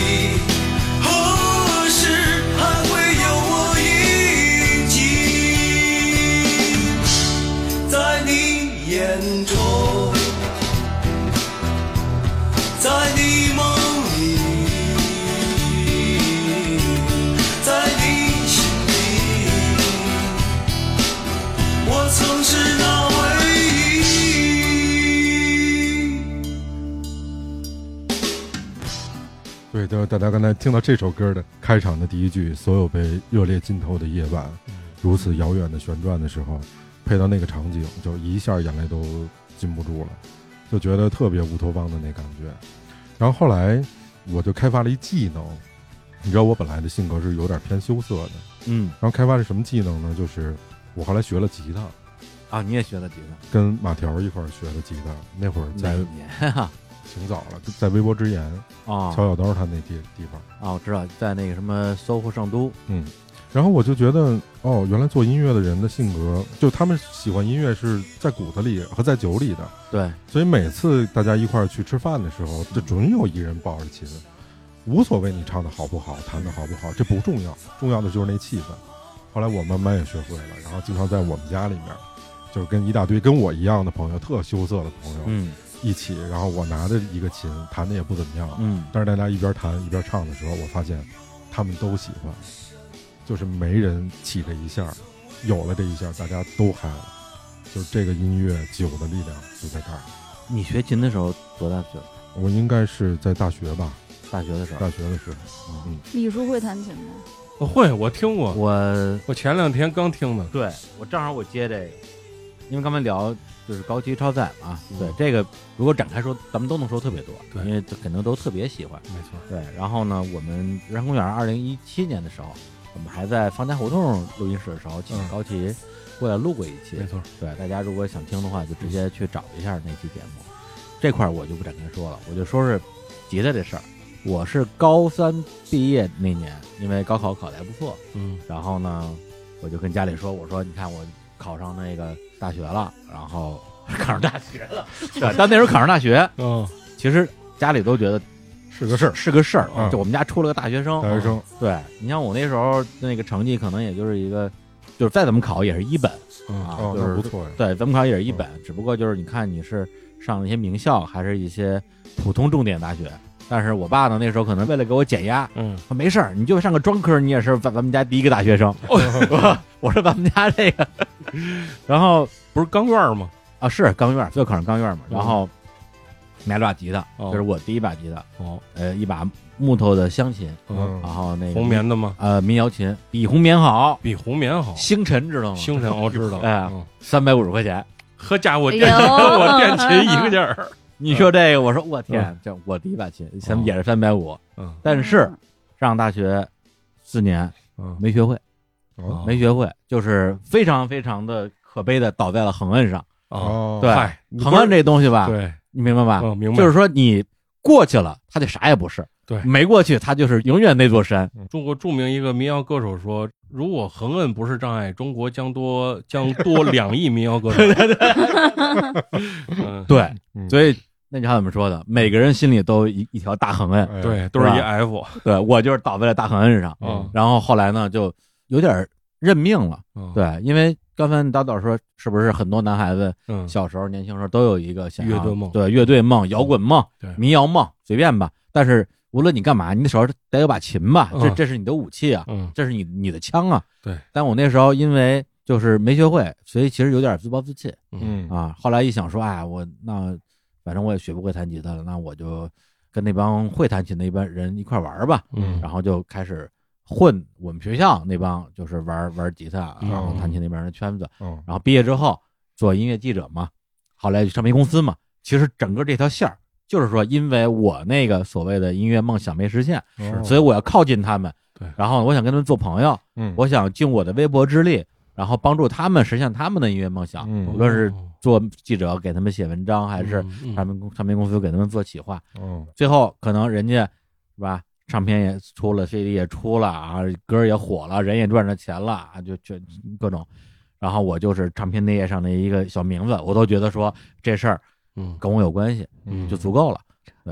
E: 何时还会有我影迹？在你眼中，在你梦里。在你心里，我曾是那唯一。
B: 对，就是大家刚才听到这首歌的开场的第一句“所有被热烈浸透的夜晚，如此遥远的旋转”的时候，配到那个场景，就一下眼泪都禁不住了，就觉得特别乌托邦的那感觉。然后后来我就开发了一技能，你知道我本来的性格是有点偏羞涩的，
A: 嗯
B: 然后开发是什么技能呢？就是我后来学了吉他，
A: 啊，你也学了吉 他？
B: 跟马条一块儿学的吉他，那会儿在
A: 哪一 年啊？
B: 挺早了，在微波之言
A: 啊
B: 乔小刀他那地地方。
A: 啊，我知道，在那个什么搜狐圣都，
B: 嗯，然后我就觉得，哦，原来做音乐的人的性格，就他们喜欢音乐是在骨子里和在酒里的，
A: 对，
B: 所以每次大家一块儿去吃饭的时候，就准有一人抱着琴，无所谓你唱的好不好，弹的好不好，这不重要，重要的就是那气氛。后来我慢慢也学会了，然后经常在我们家里面，就是跟一大堆跟我一样的朋友，特羞涩的朋友、
A: 嗯
B: 一起，然后我拿着一个琴，弹的也不怎么样，
A: 嗯，
B: 但是大家一边弹一边唱的时候，我发现他们都喜欢，就是没人起这一下儿，有了这一下儿，大家都嗨了，就是这个音乐酒的力量就在这儿。
A: 你学琴的时候多大岁数？
B: 我应该是在大学吧，
A: 大学的时候，
B: 大学的时候，嗯，
D: 李叔会弹琴吗？
C: 我哦会，我听过，
A: 我
C: 我前两天刚听的，
A: 对我正好我接这个，因为刚才聊就是高级超载嘛，对这个如果展开说，咱们都能说特别多，
C: 对
A: 因为肯定都特别喜欢。
C: 没错，
A: 对，然后呢，我们日坛公园二零一七年的时候，我们还在方家胡同录音室的时候，请
C: 嗯
A: 高奇过来录过一期，
C: 没错，
A: 对，大家如果想听的话，就直接去找一下那期节目。这块儿我就不展开说了，我就说是吉他这事儿。我是高三毕业那年，因为高考考的还不错，
C: 嗯
A: 然后呢，我就跟家里说，我说你看我考上那个大学了，然后 考上大学了，对，但那时候考上大学，
C: 嗯，
A: 其实家里都觉得
B: 是个事儿。
A: 是个事儿，啊
B: 嗯
A: 就我们家出了个大学生，
B: 大学生，
A: 对你像我那时候那个成绩，可能也就是一个就是再怎么考也是一本，
B: 嗯
A: 啊
B: 哦，
A: 就
B: 那
A: 是
B: 不错呀，
A: 对，怎么考也是一本，只不过就是你看你是上了一些名校，还是一些普通重点大学。但是我爸呢，那时候可能为了给我减压，
C: 嗯，
A: 说没事儿，你就上个专科，你也是咱咱们家第一个大学生。
B: 哦
A: 我说咱们家这个， 然后
C: 不是钢院儿吗？
A: 啊是钢院，最后考上钢院嘛，
B: 嗯
A: 然后买了把吉他，
C: 哦
A: 这是我第一把吉他，
C: 哦，
A: 呃，一把木头的香琴，
C: 嗯，
A: 然后那个
C: 红棉的吗？
A: 呃民谣琴比红棉好，
C: 比红棉好。
A: 星辰知道吗？
C: 星辰我知道，
A: 哎
C: 嗯，
A: 三百五十块钱，
C: 呵家伙，我
D: 哎
C: 电
D: 呦
C: 我电琴一个劲儿，
A: 你说这个，我说我天，这我第一把琴，咱也是三百五，
C: 嗯
A: 但是上大学四年
C: 嗯，
A: 没学会，
B: 哦
A: 没学会，就是非常非常的可悲的倒在了横摁上。
C: 啊，
B: 哦
A: 对
C: 嗨，你
A: 横摁这东西吧，
C: 对，
A: 你明白吧？
C: 嗯，明白，
A: 就是说你过去了，他就啥也不是；
C: 对
A: 没过去，他就是永远那座山。
C: 中国著名一个民谣歌手说：“如果横摁不是障碍，中国将多将多两亿民 谣歌手。嗯”
A: 对，
B: 嗯
A: 所以那句话怎么说的？每个人心里都一一条大横
C: 嗯
A: 摁。
B: 哎
C: 对，都是一
A: 是
C: F
A: 对我就是倒在了大横摁上，
C: 嗯
A: 然后后来呢，就有点认命了。
C: 嗯，
A: 对，因为刚才你大导说，是不是很多男孩子
C: 嗯，
A: 小时候、年轻时候都有一个想要
C: 乐队梦
A: 对乐队梦、摇滚梦
C: 对、
A: 民谣梦，随便吧。但是无论你干嘛，你得手上得有把琴吧，
C: 嗯
A: 这这是你的武器啊，
C: 嗯
A: 这是你你的枪啊。
C: 对。
A: 但我那时候因为就是没学会，所以其实有点自暴自弃
B: 嗯
A: 啊。后来一想说，哎，我那反正我也学不会弹吉他了，那我就跟那帮会弹琴的一帮人一块玩儿吧。
C: 嗯
A: 然后就开始混我们学校那帮就是玩玩吉他，啊然后弹琴那边的圈子。
B: 嗯
A: 然后毕业之后做音乐记者嘛，后来唱片公司嘛。其实整个这条线儿，就是说，因为我那个所谓的音乐梦想没实现，
B: 是
A: 嗯啊所以我要靠近他们，
C: 对
A: 然后我想跟他们做朋友，
B: 嗯
A: 我想尽我的微薄之力，然后帮助他们实现他们的音乐梦想，无
B: 嗯
A: 论是做记者给他们写文章，还是
C: 嗯
A: 唱片公唱片公司给他们做企划，
B: 嗯
A: 最后可能人家是吧，唱片也出了，CD 也出了啊，歌也火了，人也赚着钱了啊，就就各种。然后我就是唱片内页上的一个小名字，我都觉得说这事儿
C: 嗯
A: 跟我有关系
C: 嗯
A: 就足够了，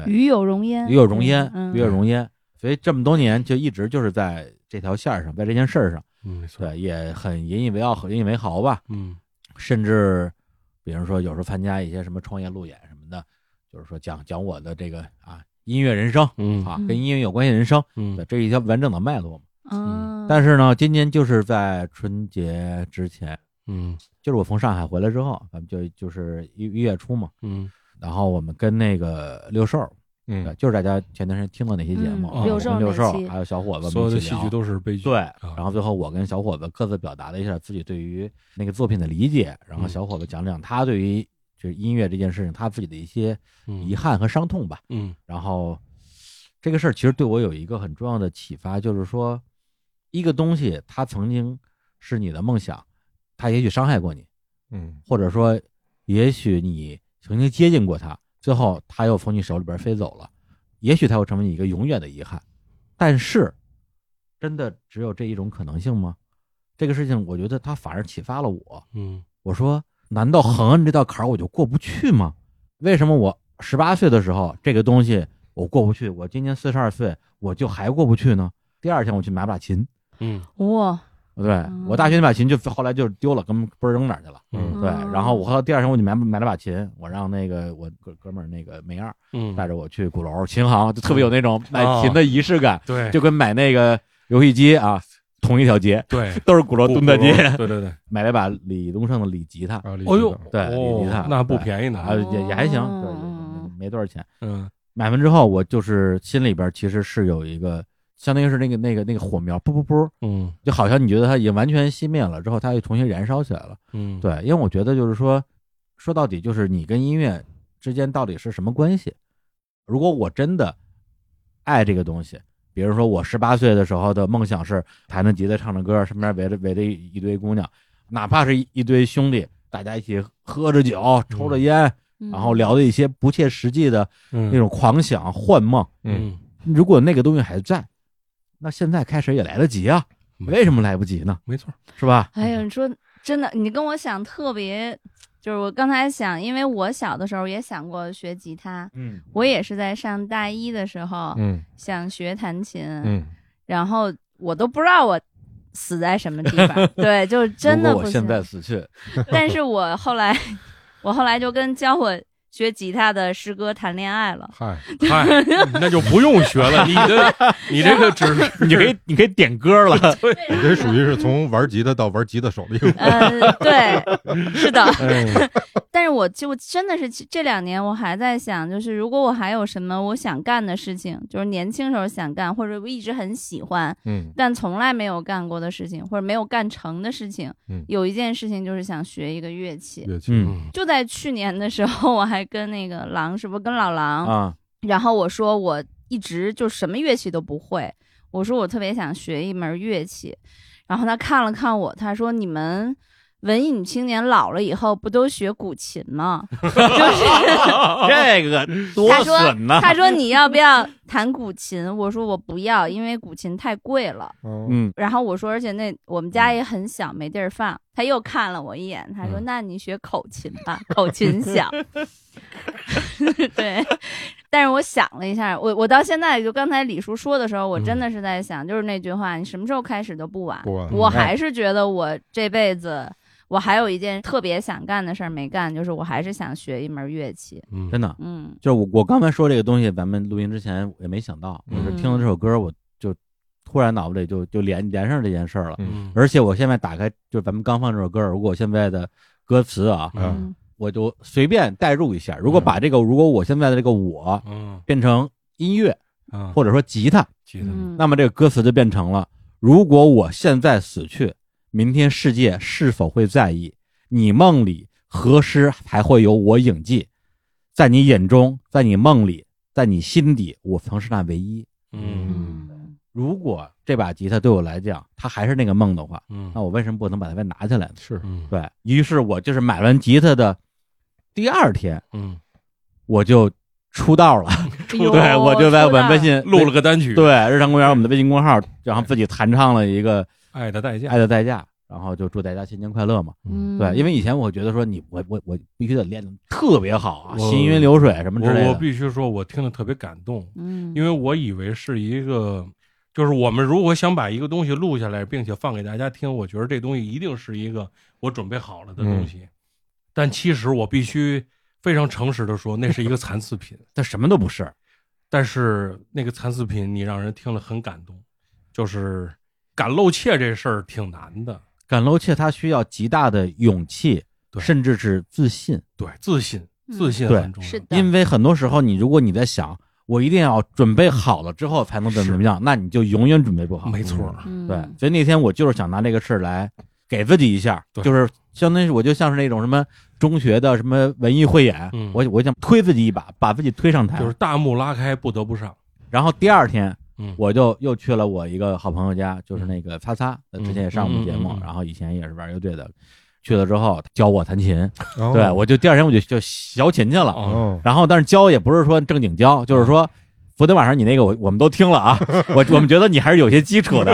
D: 与有容焉，
A: 哎与有容焉，
D: 嗯
A: 与有容焉。所以这么多年就一直就是在这条线儿上，在这件事儿上，
C: 嗯，没错，
A: 对，也很引以为傲，很引以为豪吧。
C: 嗯
A: 甚至比如说有时候参加一些什么创业路演什么的，就是说讲讲我的这个啊音乐人生
C: 嗯
A: 啊，
D: 嗯
A: 跟音乐有关系的人生，对，
C: 嗯
A: 这是一条完整的脉络嘛。
D: 嗯，
A: 但是呢，今年就是在春节之前，
C: 嗯
A: 就是我从上海回来之后，咱们就就是一一月初嘛，
C: 嗯
A: 然后我们跟那个六兽，对，
B: 嗯
A: 就是大家前段时间听过那期节目，啊我
D: 嗯
A: 们
C: 六
A: 跟
D: 兽
A: 六
D: 那
A: 兽
D: 期
A: 还有小伙子，
C: 嗯，所有的戏剧都啊是悲剧。
A: 对，然后最后我跟小伙子各自表达了一下自己对于那个作品的理解，然后
C: 嗯
A: 小伙子讲讲他对于就是音乐这件事情他自己的一些
C: 嗯
A: 遗憾和伤痛吧。
C: 嗯
A: 然后这个事儿其实对我有一个很重要的启发，就是说，一个东西它曾经是你的梦想，它也许伤害过你，
B: 嗯
A: 或者说，也许你曾经接近过它，最后它又从你手里边飞走了，也许它会成为你一个永远的遗憾。但是，真的只有这一种可能性吗？这个事情，我觉得它反而启发了我。
C: 嗯
A: 我说，难道横摁这道坎儿我就过不去吗？为什么我十八岁的时候这个东西我过不去，我今年四十二岁我就还过不去呢？第二天我去买把琴，
C: 嗯
D: 哇，
A: 对我大学那把琴就后来就丢了，跟不知道扔哪儿去了。
C: 嗯
A: 对
D: 哦，
A: 然后我后来第二天我就买买了把琴，我让那个我哥哥们儿那个梅二
C: 嗯，
A: 带着我去鼓楼琴行，就特别有那种买琴的仪式感，
C: 对
A: 就跟买那个游戏机啊同一条街，
C: 对，
A: 都是鼓楼东大街。
C: 对对对，
A: 买了把李宗盛的李吉他，
B: 啊，李
C: 哦呦
B: 记得，
A: 对，
C: 哦
A: 李吉他
C: 那不
A: 对
C: 便宜呢
A: 啊，也也还行，
D: 哦
A: 对，也没没多少钱。
C: 嗯
A: 买完之后，我就是心里边其实是有一个，相当于是那个那个那个火苗，噗噗噗，
C: 嗯
A: 就好像你觉得它已经完全熄灭了之后，它又重新燃烧起来了。
C: 嗯，
A: 对，因为我觉得就是说，说到底就是你跟音乐之间到底是什么关系？如果我真的爱这个东西，比如说我十八岁的时候的梦想是弹着吉他唱着歌，身边围着围着一一堆姑娘，哪怕是一一堆兄弟，大家一起喝着酒、抽着烟，
D: 嗯
A: 然后聊的一些不切实际的
C: 嗯
A: 那种狂想、幻梦。
C: 嗯
A: 如果那个东西还在，那现在开始也来得及啊！
C: 没
A: 为什么来不及呢？
C: 没错，
A: 是吧？
D: 哎呀，你说真的，你跟我想特别，就是我刚才想，因为我小的时候也想过学吉他，
A: 嗯
D: 我也是在上大一的时候
B: 嗯
D: 想学弹琴，
B: 嗯
D: 然后我都不知道我死在什么 地方，对，就是真的
A: 如果
D: 不
A: 我
D: 行。
A: 现在死去，
D: 但是我后来，我后来就跟教我学吉他的师哥谈恋爱了。
B: 嗨，
C: 嗨，哎那就不用学了，你的你这个只是
A: 你 可 以你可以点歌了。
B: 你这属于是从玩吉他到玩吉他手 的一个过
D: 呃，对，是的。
B: 程。
D: 但是我就真的是这两年，我还在想，就是如果我还有什么我想干的事情，就是年轻时候想干，或者我一直很喜欢，
B: 嗯
D: 但从来没有干过的事情，或者没有干成的事情，
B: 嗯
D: 有一件事情就是想学一个乐器。
B: 乐器，
A: 嗯
D: 就在去年的时候，我还跟那个狼师傅，跟老狼，
A: 啊，
D: 然后我说我一直就什么乐器都不会，我说我特别想学一门乐器，然后他看了看我，他说你们。文艺女青年老了以后不都学古琴吗？
A: 这个多
D: 他说
A: 损呐！
D: 他说你要不要弹古琴？我说我不要，因为古琴太贵了。
B: 哦
A: 嗯，
D: 然后我说，而且那我们家也很小，没地儿放。他又看了我一眼，他说：“
B: 嗯
D: 那你学口琴吧，口 琴小。” 对，但是我想了一下，我我到现在就刚才李叔说的时候，我
A: 嗯
D: 真的是在想，就是那句话，你什么时候开始都不晚。
B: 不晚
A: 嗯
D: 我还是觉得我这辈子。我还有一件特别想干的事儿没干，就是我还是想学一门乐器。
C: 嗯
A: 真的
D: 嗯，
A: 就是我我刚才说这个东西，咱们录音之前也没想到，我
B: 嗯
A: 是听了这首歌，我就突然脑子里就就连连上这件事儿了。
B: 嗯
A: 而且我现在打开，就是咱们刚放这首歌，如果现在的歌词啊，
B: 啊，
D: 嗯
A: 我就随便代入一下。如果把这个，如果我现在的这个我
C: 嗯
A: 变成音乐
C: 啊，
A: 或者说吉他，
C: 记得
D: 嗯
A: 那么这个歌词就变成了：如果我现在死去，明天世界是否会在意？你梦里何时还会有我影迹？在你眼中，在你梦里，在你心底，我曾是那唯一。
C: 嗯
D: 嗯
A: 如果这把吉他对我来讲，它还是那个梦的话，
C: 嗯
A: 那我为什么不能把它再拿起来呢？
B: 是
C: 嗯
A: 对于是，我就是买完吉他的第二天，
C: 嗯
A: 我就出道了。
D: 哎 呦
A: 对，我就在我
D: 出
A: 们
D: 道
A: 微信
C: 录了个单曲，，
A: 对日常公园我们的微信公号，然后自己弹唱了一个
C: 爱的代
A: 《
C: 价
A: 爱，的代价》，然后就祝大家新年快乐嘛。
D: 嗯，
A: 对，因为以前我会觉得说你我我我必须得练得特别好啊，
C: 我
A: 行云流水什么之类
C: 我我
A: 的。
C: 必须说，我听了特别感动，
D: 嗯，
C: 因为我以为是一个，就是我们如果想把一个东西录下来，并且放给大家听，我觉得这东西一定是一个我准备好了的
A: 嗯
C: 东西，但其实我必须非常诚实的说，那是一个残次品。
A: 它什么都不是，
C: 但是那个残次品，你让人听了很感动，就是敢露怯这事儿挺难的，
A: 敢露怯，它需要极大的勇气，
C: 对
A: 甚至是自信。
C: 对，自信，自信
A: 对
C: 很重
D: 嗯
C: 要，
D: 是的
A: 因为很多时候，你如果你在想我一定要准备好了之后才能怎么
C: 是
A: 怎么样，那你就永远准备不好。
C: 没错，
D: 嗯
A: 对，所以那天我就是想拿这个事儿来给自己一下，
C: 对
A: 就是相当于是我就像是那种什么中学的什么文艺汇演，
C: 嗯
A: 我我想推自己一把，把自己推上台。
C: 就是大幕拉开不得不上，
A: 然后第二天，
C: 嗯
A: 我就又去了我一个好朋友家，就是那个擦擦，呃之前也上我们节目，
C: 嗯嗯嗯嗯
A: 然后以前也是玩乐队的，去了之后教我弹琴，
B: 哦
A: 对我就第二天我就就学琴去了。
C: 哦，
B: 哦，
A: 然后但是教也不是说正经教，就是说。昨天晚上你那个我我们都听了啊，我我们觉得你还是有些基础的，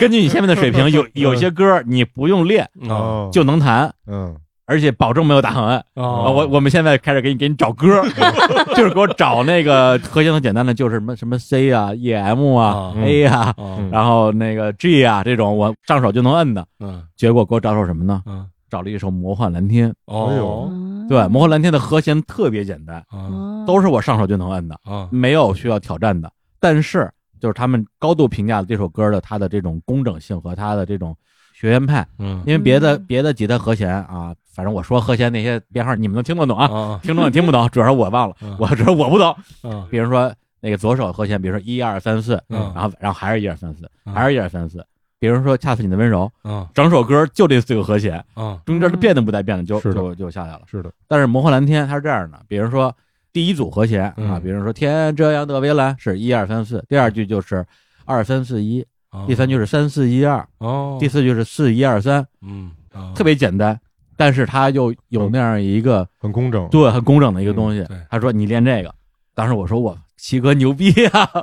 A: 根据你现在的水平，有有些歌你不用练
C: 哦，
A: 就能弹，
B: 嗯，
A: 而且保证没有打横按。啊，
C: 哦
A: 我我们现在开始给你给你找歌儿，就是给我找那个和弦很简单的，就是什么什么 C 啊、E M 啊
C: 啊、
B: 嗯
A: A 啊，
C: 哦
A: 然后那个 G 啊这种，我上手就能摁的。
C: 嗯
A: 结果给我找首什么呢？
C: 嗯
A: 找了一首《魔幻蓝天》。
B: 哎
C: 哦
B: 呦
D: 嗯
A: 对，《魔幻蓝天》的和弦特别简单，
C: 啊
D: 哦
A: 都是我上手就能摁的，
C: 啊
A: 没有需要挑战的。但是就是他们高度评价了这首歌的它的这种工整性和它的这种学院派，
C: 嗯
A: 因为别的
D: 嗯
A: 别的吉他和弦啊，反正我说和弦那些编号你们能听得懂啊。
C: 啊
A: 听众也听不懂，主要是我忘了
C: 嗯，
A: 我主要我不懂。
C: 啊
A: 比如说那个左手和弦，比如说一二三四，
C: 嗯
A: 然后然后还是一二三四，
C: 嗯
A: 还是一二三四。比如说《恰似你的温柔》，
C: 啊
A: 整首歌就这四个和弦，
C: 啊
A: 中间的变都不带变的，就是
B: 的
A: 就就下来了。
B: 是的，
A: 但是《魔幻蓝天》它是这样的，比如说第一组和弦啊，
C: 嗯
A: 比如说“天这样特别蓝”是一二三四，第二句就是二三四一，
C: 啊，
A: 第三句是三四一二，
C: 哦，
A: 第四句是四一二三，
C: 嗯啊
A: 特别简单，但是它又有那样一个。
B: 很工整，
A: 对，很工整的一个东西。
C: 哦嗯对
A: 他说你练这个，当时我说我七哥牛逼啊，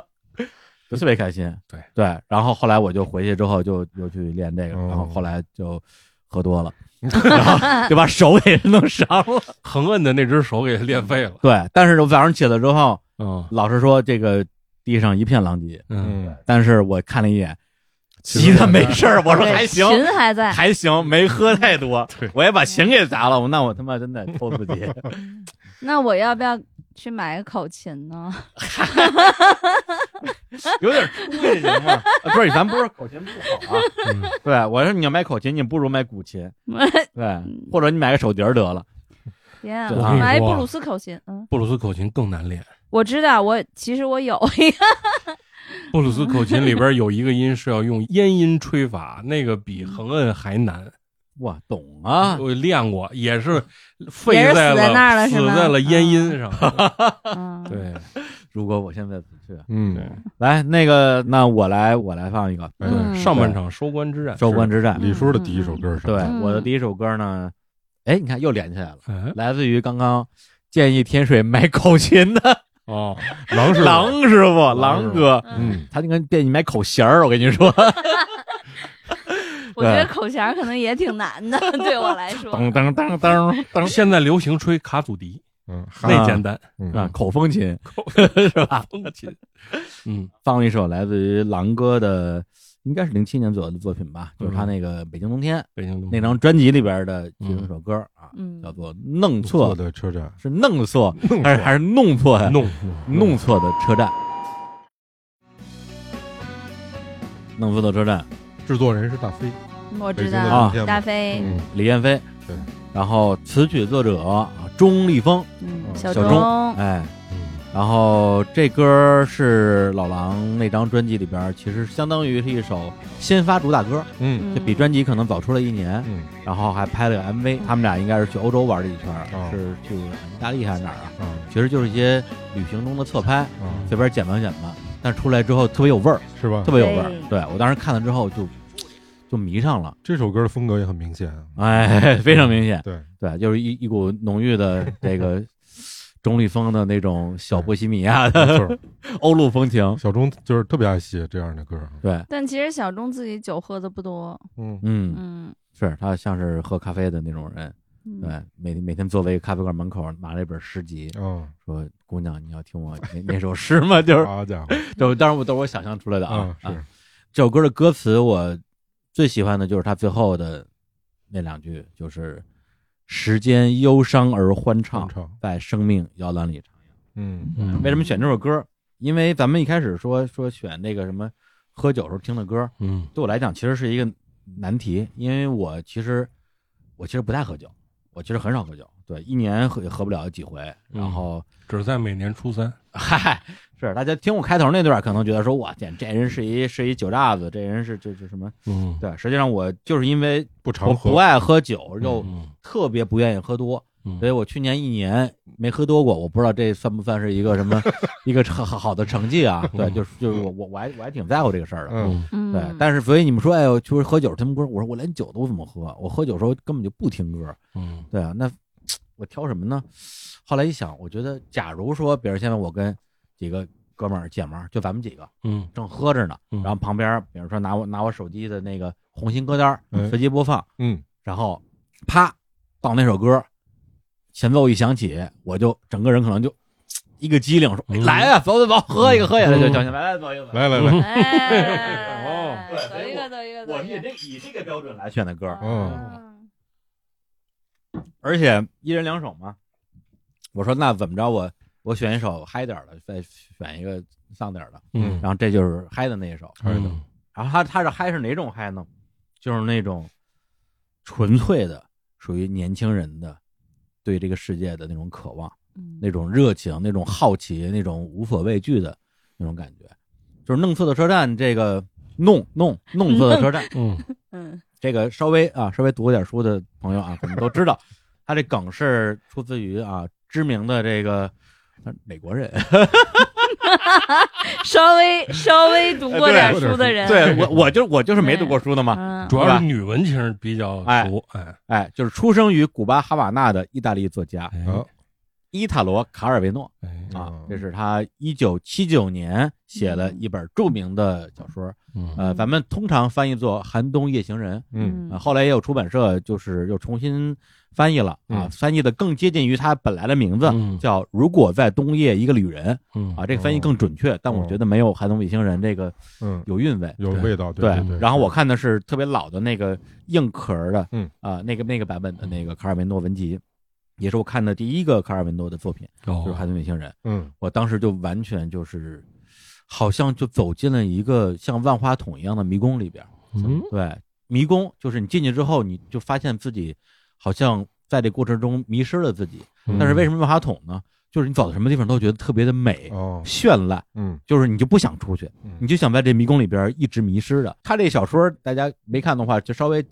A: 就特别开心。
C: 对
A: 对，然后后来我就回去之后就又去练这个，
B: 哦
A: 然后后来就喝多 了，然后就把手给弄伤了。
C: 横摁的那只手给练废了，
A: 对，但是我早上起来之后，
C: 啊
A: 老师说这个地上一片狼藉，
C: 嗯
B: 嗯，
A: 但是我看了一眼，急的没事儿。我说
D: 对
A: 还行，
D: 琴还在，
A: 还行，没喝太 多
B: 对，
A: 我也把琴给砸了。我那我他妈真的抽自 己。
D: 那我要不要去买一口琴呢？
A: 有点出息行吗？啊不是，咱不是口琴不好啊。对，我说你要买口琴，你不如买古琴，对，或者你买个手笛儿得了。
D: 天啊，
A: 对
D: 我
A: 啊
D: 买一
C: 我
D: 布
C: 跟你说啊
D: 鲁斯口琴。嗯，
C: 布鲁斯口琴更难练。
D: 我知道，我其实我有一个，
C: 布鲁斯口琴里边有一个音是要用烟音吹法，那个比横摁还难。
A: 哇，懂啊！
C: 我练过，也是废
D: 也是
C: 在
D: 死在那儿了
C: 死
D: 是吗
C: 在了烟音上。
D: 嗯，
C: 对，哎
A: 如果我现在不去，
B: 嗯，
A: 来那个，那我来，我来放一个
B: 哎
D: 嗯
C: 上半场收官之战
A: 《收官之战》。
B: 李叔的第一首歌是什
A: 对
B: 么？，
D: 嗯
A: 我的第一首歌呢，哎，你看又连起来了，
C: 哎
A: 来自于刚刚建议天水买口琴的
C: 哦，
B: 狼是
A: 狼师傅，
B: 狼师
A: 狼
B: 傅
A: 哥，
D: 嗯，
A: 他那个建议你买口弦儿，我跟你说，
D: 我觉得口弦儿可能也挺 难的，对我来说。
A: 噔噔噔噔噔
C: 现在流行吹卡祖笛，
B: 嗯，
C: 那简单。
B: 嗯
A: 啊，口风琴。啊
C: 风琴 嗯，
A: 放了一首来自于狼哥的，应该是零七年左右的作品吧，就是他那个《北京冬天》
C: 北京冬
A: 那张专辑里边的其中一首歌啊，
D: 嗯
A: 叫做《弄错》，
B: 错的车站，
A: 是弄错
B: 弄
A: 还是还是弄错呀？
C: 弄
A: 弄错的车站，弄错的车站，
B: 制作人是大飞，
D: 我
B: 北
D: 知
B: 京的
D: 道，
B: 冬天
D: 大
B: 嘛，
D: 飞，
B: 嗯，
A: 李艳飞，
B: 对，
A: 然后词曲作者啊钟立风，
D: 嗯，
B: 小
A: 钟
D: 钟，
A: 哎，然后这歌是老狼那张专辑里边，其实相当于是一首先发主打歌，
B: 嗯
A: 就比专辑可能早出了一年，
B: 嗯
A: 然后还拍了个 MV。他们俩应该是去欧洲玩了一圈儿，
B: 哦
A: 是去意大利还是哪儿啊？
B: 啊
A: 其实就是一些旅行中的侧拍，
B: 啊，
A: 随便剪吧剪吧。但是出来之后特别有味儿，
B: 是
A: 嗯
B: 吧
A: 特？别有味儿
D: 对。
A: 对我当时看了之后就就迷上了，
B: 这首歌的风格也很明显，啊
A: 哎， 非常明显。
B: 对，
A: 对，就是一一股浓郁的这个 钟立风的那种小波西米亚的
B: 没错，
A: 欧陆风情。
B: 小钟就是特别爱写这样的歌，啊
A: 对，
D: 但其实小钟自己酒喝的不多，
B: 嗯，
A: 嗯，
D: 嗯，
A: 是他像是喝咖啡的那种人。
D: 嗯
A: 对，每天每天坐在一个咖啡馆门口，拿了一本诗集，
B: 啊，
A: 说：“姑娘，你要听我那那首诗吗？”就是，
B: 好家伙，
A: 就是，当然我都是我想象出来的啊
B: 啊。
A: 啊
B: 哦是，
A: 这首歌的歌词，我最喜欢的就是他最后的那两句，就是“时间忧伤而欢
B: 唱
A: 畅，
B: 唱，
A: 在生命摇篮里徜徉
B: 嗯
C: 嗯，”。
A: 为什么选这首歌？因为咱们一开始说说选那个什么喝酒时候听的歌，
C: 嗯
A: 对我来讲其实是一个难题，因为我其实我其实不太喝酒，我其实很少喝酒，对，一年喝也喝不了几回，然
C: 嗯
A: 后。
C: 只在每年初三。
A: 嗨， 是大家听我开头那段，可能觉得说哇，这这人是一是一酒渣子，这人是这这什么？
C: 嗯，
A: 对，实际上我就是因为
B: 不常
A: 我
B: 喝，
A: 不爱喝酒，又
C: 嗯
A: 特别不愿意喝多，
C: 嗯
A: 所以我去年一年没喝多过。我不知道这算不算是一个什么一个好好的成绩啊？对，就是就是我我我还我还挺在乎这个事儿的。
B: 嗯，
D: 嗯，
A: 对，但是所以你们说，哎呦，就是喝酒听歌，我说我连酒都不怎么喝，我喝酒的时候根本就不听歌，
C: 嗯
A: 对啊，那我挑什么呢？后来一想，我觉得假如说，比如现在我跟几个哥们儿姐们儿，就咱们几个
C: 嗯
A: 正喝着呢，
C: 嗯
A: 然后旁边儿比如说拿我拿我手机的那个红心歌单儿
B: 哎
A: 随机播放，
B: 嗯，
A: 然后啪到那首歌前奏一响起，我就整个人可能就一个机灵，说、哎
C: 嗯
A: 来啊，走走走，喝一个喝一个，
C: 嗯
A: 就就来来走一个。
B: 来来来，
D: 哎，
A: 哦
D: 走一个，走一个，
A: 我
D: 走
A: 是
D: 一
A: 以
D: 个，
A: 这以这个标准来选的歌，
B: 嗯
A: 而且一人两首嘛。我说那怎么着我我选一首嗨点儿的，再选一个丧点儿的，
C: 嗯，
A: 然后这就是嗨的那一首。
B: 嗨的
C: 嗯
A: 然后他他是嗨是哪种嗨呢？就是那种纯粹的，属于年轻人的对这个世界的那种渴望、
D: 嗯
A: 那种热情、那种好奇、那种无所畏惧的那种感觉。就是弄错的车站这个弄弄弄错的车站，
C: 嗯
D: 嗯
A: 这个稍微啊，稍微读过点书的朋友啊，可能都知道，他这梗是出自于啊知名的这个呃美国人。
D: 稍微稍微读
A: 哎
D: 过点
B: 对
D: 书的人，
A: 对我，我就我就是没读过书的嘛，
D: 嗯，
C: 主要是女文青比较
A: 哎
C: 熟，哎
B: 嗯
A: 哎，就是出生于古巴哈瓦那的意大利作家，
C: 哎
B: 好，
A: 伊塔罗·卡尔维诺
C: 哎，
A: 啊
B: 嗯，
A: 这是他一九七九年写了一本著名的小说，
C: 嗯
A: 呃，咱们通常翻译作《寒冬夜行人》
B: 嗯
A: 啊，后来也有出版社就是又重新翻译了啊，
C: 嗯
A: 翻译的更接近于他本来的名字，
C: 嗯
A: 叫《如果在冬夜一个旅人》
C: 嗯
A: 啊，这个翻译更准确，但我觉得没有《寒冬夜行人》这个
B: 嗯，
A: 有韵味。
B: 有
C: 对
B: 味道，
A: 对
B: 对。
A: 然后我看的是特别老的那个硬壳儿的，
B: 嗯
A: 啊、那个那个版本的那个卡尔维诺文集，也是我看的第一个卡尔维诺的作品，就是《
C: 哦
A: 寒冬夜行人》。
B: 嗯
A: 我当时就完全就是，好像就走进了一个像万花筒一样的迷宫里边儿。
C: 嗯
A: 对，迷宫就是你进去之后，你就发现自己好像在这过程中迷失了自己。
B: 嗯
A: 但是为什么万花筒呢？就是你走到什么地方都觉得特别的美、
B: 哦
A: 绚烂，
B: 嗯
A: 就是你就不想出去。
B: 嗯
A: 你就想在这迷宫里边一直迷失的。他这小说大家没看的话，就稍微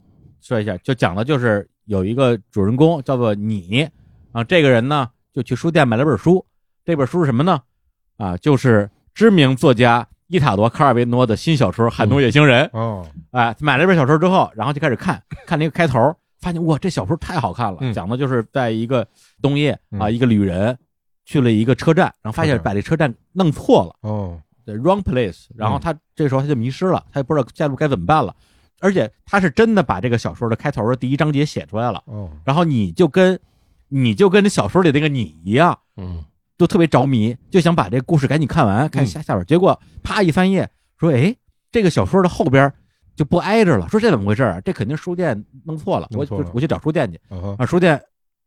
A: 说一下，就讲的就是有一个主人公叫做你啊，这个人呢就去书店买了本书，这本书是什么呢？啊，就是知名作家伊塔罗·卡尔维诺的新小说《寒冬夜行人》。
B: 哦
A: 哎，买了一本小说之后，然后就开始看，看那个开头，发现哇，这小说太好看了，
B: 嗯
A: 讲的就是在一个冬夜啊，
B: 嗯
A: 一个旅人去了一个车站，然后发现
B: 车站
A: 把这车站弄错了。
B: 哦，
A: the wrong place，然
B: 嗯
A: 后他这时候他就迷失了，他也不知道下一步该怎么办了。而且他是真的把这个小说的开头的第一章节写出来了，
B: 哦，
A: 然后你就跟你就跟这小说里那个你一样，
C: 嗯
A: 就特别着迷，就想把这故事赶紧看完，
B: 嗯
A: 看下下边。结果啪一翻页，说哎，这个小说的后边就不挨着了，说这怎么回事啊？这肯定书店弄错了，我
B: 弄错了
A: 我去找书店去。
B: 啊
A: 啊，书店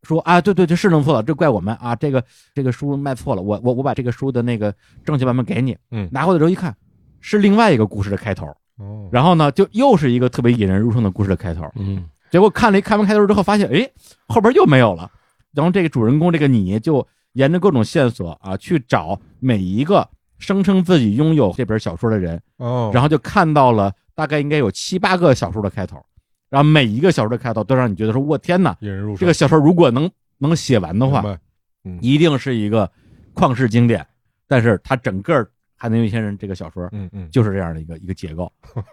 A: 说啊，对对，这是弄错了，这怪我们啊，这个这个书卖错了，我我我把这个书的那个正确版本给你，
B: 嗯
A: 拿回来之后一看，是另外一个故事的开头，
B: 哦，
A: 然后呢，就又是一个特别引人入胜的故事的开头，
C: 嗯
A: 结果看了一看完开头之后，发现诶，后边又没有了，然后这个主人公这个你就沿着各种线索啊去找每一个声称自己拥有这本小说的人，
B: 哦，
A: 然后就看到了大概应该有七八个小说的开头，然后每一个小说的开头都让你觉得说，我天哪！
B: 引人入胜
A: 这个小说如果能能写完的，话，
B: 明白嗯
A: 一定是一个旷世经典。但是它整个《海南有些人》这个小说
B: 嗯嗯，
A: 就是这样的一个一个结 构，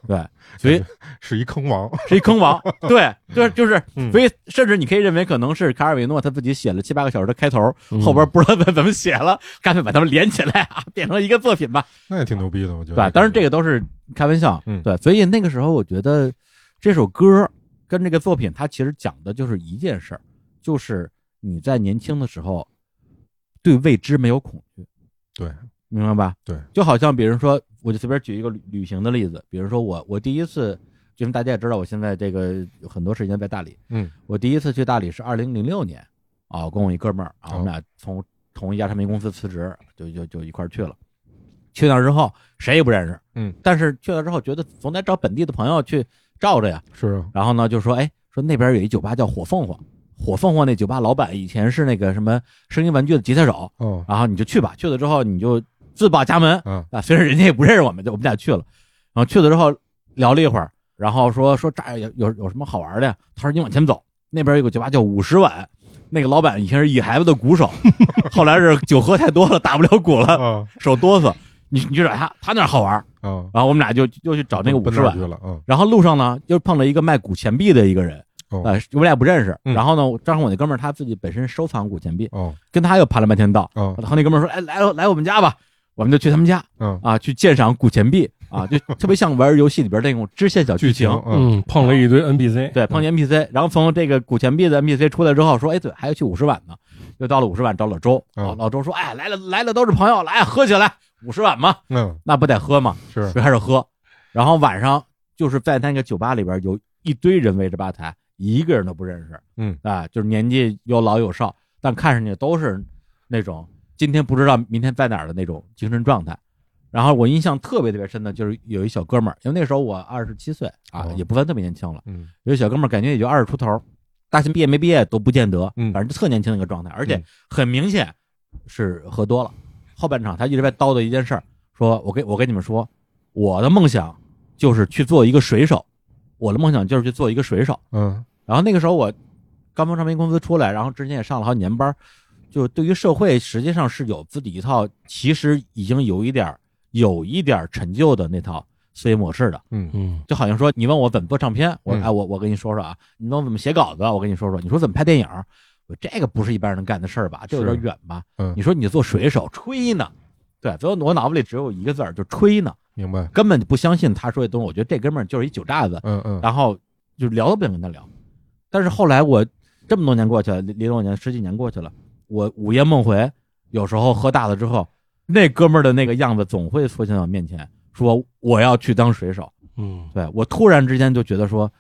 A: 对，所以
B: 是一坑王，
A: 是一坑王，对，就是就是
B: 嗯，
A: 所以甚至你可以认为可能是卡尔维诺他自己写了七八个小时的开头，
C: 嗯
A: 后边不知道怎么写了，干脆把它们连起来啊，变成一个作品吧，
B: 那也挺牛逼的，我觉得。
A: 对吧，当然这个都是开玩笑，
B: 嗯
A: 对，所以那个时候我觉得这首歌跟这个作品，它其实讲的就是一件事儿，就是你在年轻的时候对未知没有恐惧，
B: 对，
A: 明白吧？
B: 对，
A: 就好像比如说，我就随便举一个旅旅行的例子，比如说我我第一次，因为大家也知道，我现在这个有很多时间在大理，
B: 嗯，
A: 我第一次去大理是二零零六年啊，跟我一哥们儿啊，我们俩从同一家唱片公司辞职，就就就一块儿去了。去那儿之后，谁也不认识，
B: 嗯，
A: 但是去了之后觉得总得找本地的朋友去照着呀。
B: 是啊，
A: 然后呢，就说哎，说那边有一酒吧叫火凤凰，火凤凰那酒吧老板以前是那个什么声音玩具的吉他手，
B: 哦，
A: 然后你就去吧。去了之后你就自报家门
B: 啊，
A: 啊，虽然人家也不认识我们，就我们俩去了。然后去了之后聊了一会儿，然后说说这儿有有有什么好玩的呀？他说你往前走，那边有个酒吧叫五十碗。那个老板以前是野孩子的鼓手， 后来是酒喝太多了，打不了鼓了，
B: 啊
A: 手哆嗦。你你就找他，他那儿好玩。
B: 啊，
A: 然后我们俩就又去找那个五
B: 奔
A: 十
B: 那儿
A: 碗
B: 去，了啊，
A: 然后路上呢，又碰了一个卖古钱币的一个人，
B: 哦
A: 呃，我们俩不认识。
B: 嗯
A: 然后呢，正好我那哥们儿他自己本身收藏古钱币，
B: 哦
A: 跟他又盘了半天道。
B: 哦
A: 然后那哥们儿说：“哎，来来我们家吧。”我们就去他们家
B: 嗯，
A: 啊，去鉴赏古钱币啊， 就特别像玩游戏里边那种支线小剧
B: 剧
A: 情。
B: 嗯
C: 嗯，碰了一堆 NPC，
A: 对，碰见 NPC，然后从这个古钱币的 NPC 出来之后，说：“哎，对，还要去五十碗呢。”又到了五十碗，找老周。
B: 哦
A: 老老周说：“哎，来了来了，都是朋友，来喝起来，五十碗嘛，
B: 嗯
A: 那不得喝嘛。”
B: 是
A: 就开始喝，然后晚上就是在那个酒吧里边有一堆人围着吧台，一个人都不认识，
B: 嗯
A: 啊，就是年纪有老有少，但看上去都是那种今天不知道明天在哪儿的那种精神状态。然后我印象特别特别深的就是有一小哥们儿，因为那时候我二十七岁啊
B: 哦，
A: 也不算特别年轻了，
B: 嗯
A: 有一小哥们儿感觉也就二十出头，大学毕业没毕业都不见得，
B: 嗯
A: 反正就特年轻的一个状态，而且
B: 嗯
A: 很明显是喝多了。后半场他一直在叨叨一件事儿，说我跟我跟你们说，我的梦想就是去做一个水手，我的梦想就是去做一个水手。
B: 嗯
A: 然后那个时候我刚从唱片公司出来，然后之前也上了好几年班儿，就对于社会实际上是有自己一套，其实已经有一点儿有一点儿陈旧的那套思维模式的。
B: 嗯
C: 嗯
A: 就好像说你问我怎么做唱片，我
B: 嗯
A: 哎我我跟你说说啊，你问我怎么写稿子，我跟你说说，你说怎么拍电影，这个不是一般人能干的事儿吧？这有点远吧？
B: 嗯
A: 你说你做水手吹呢？对，所以我脑子里只有一个字儿，就吹呢，
B: 明白？
A: 根本就不相信他说的东西。我觉得这哥们儿就是一酒渣子，
B: 嗯嗯，
A: 然后就聊都不想跟他聊。但是后来我这么多年过去了，零零六年十几年过去了，我午夜梦回，有时候喝大了之后，那哥们儿的那个样子总会出现在我面前，说我要去当水手。
C: 嗯，
A: 对我突然之间就觉得说，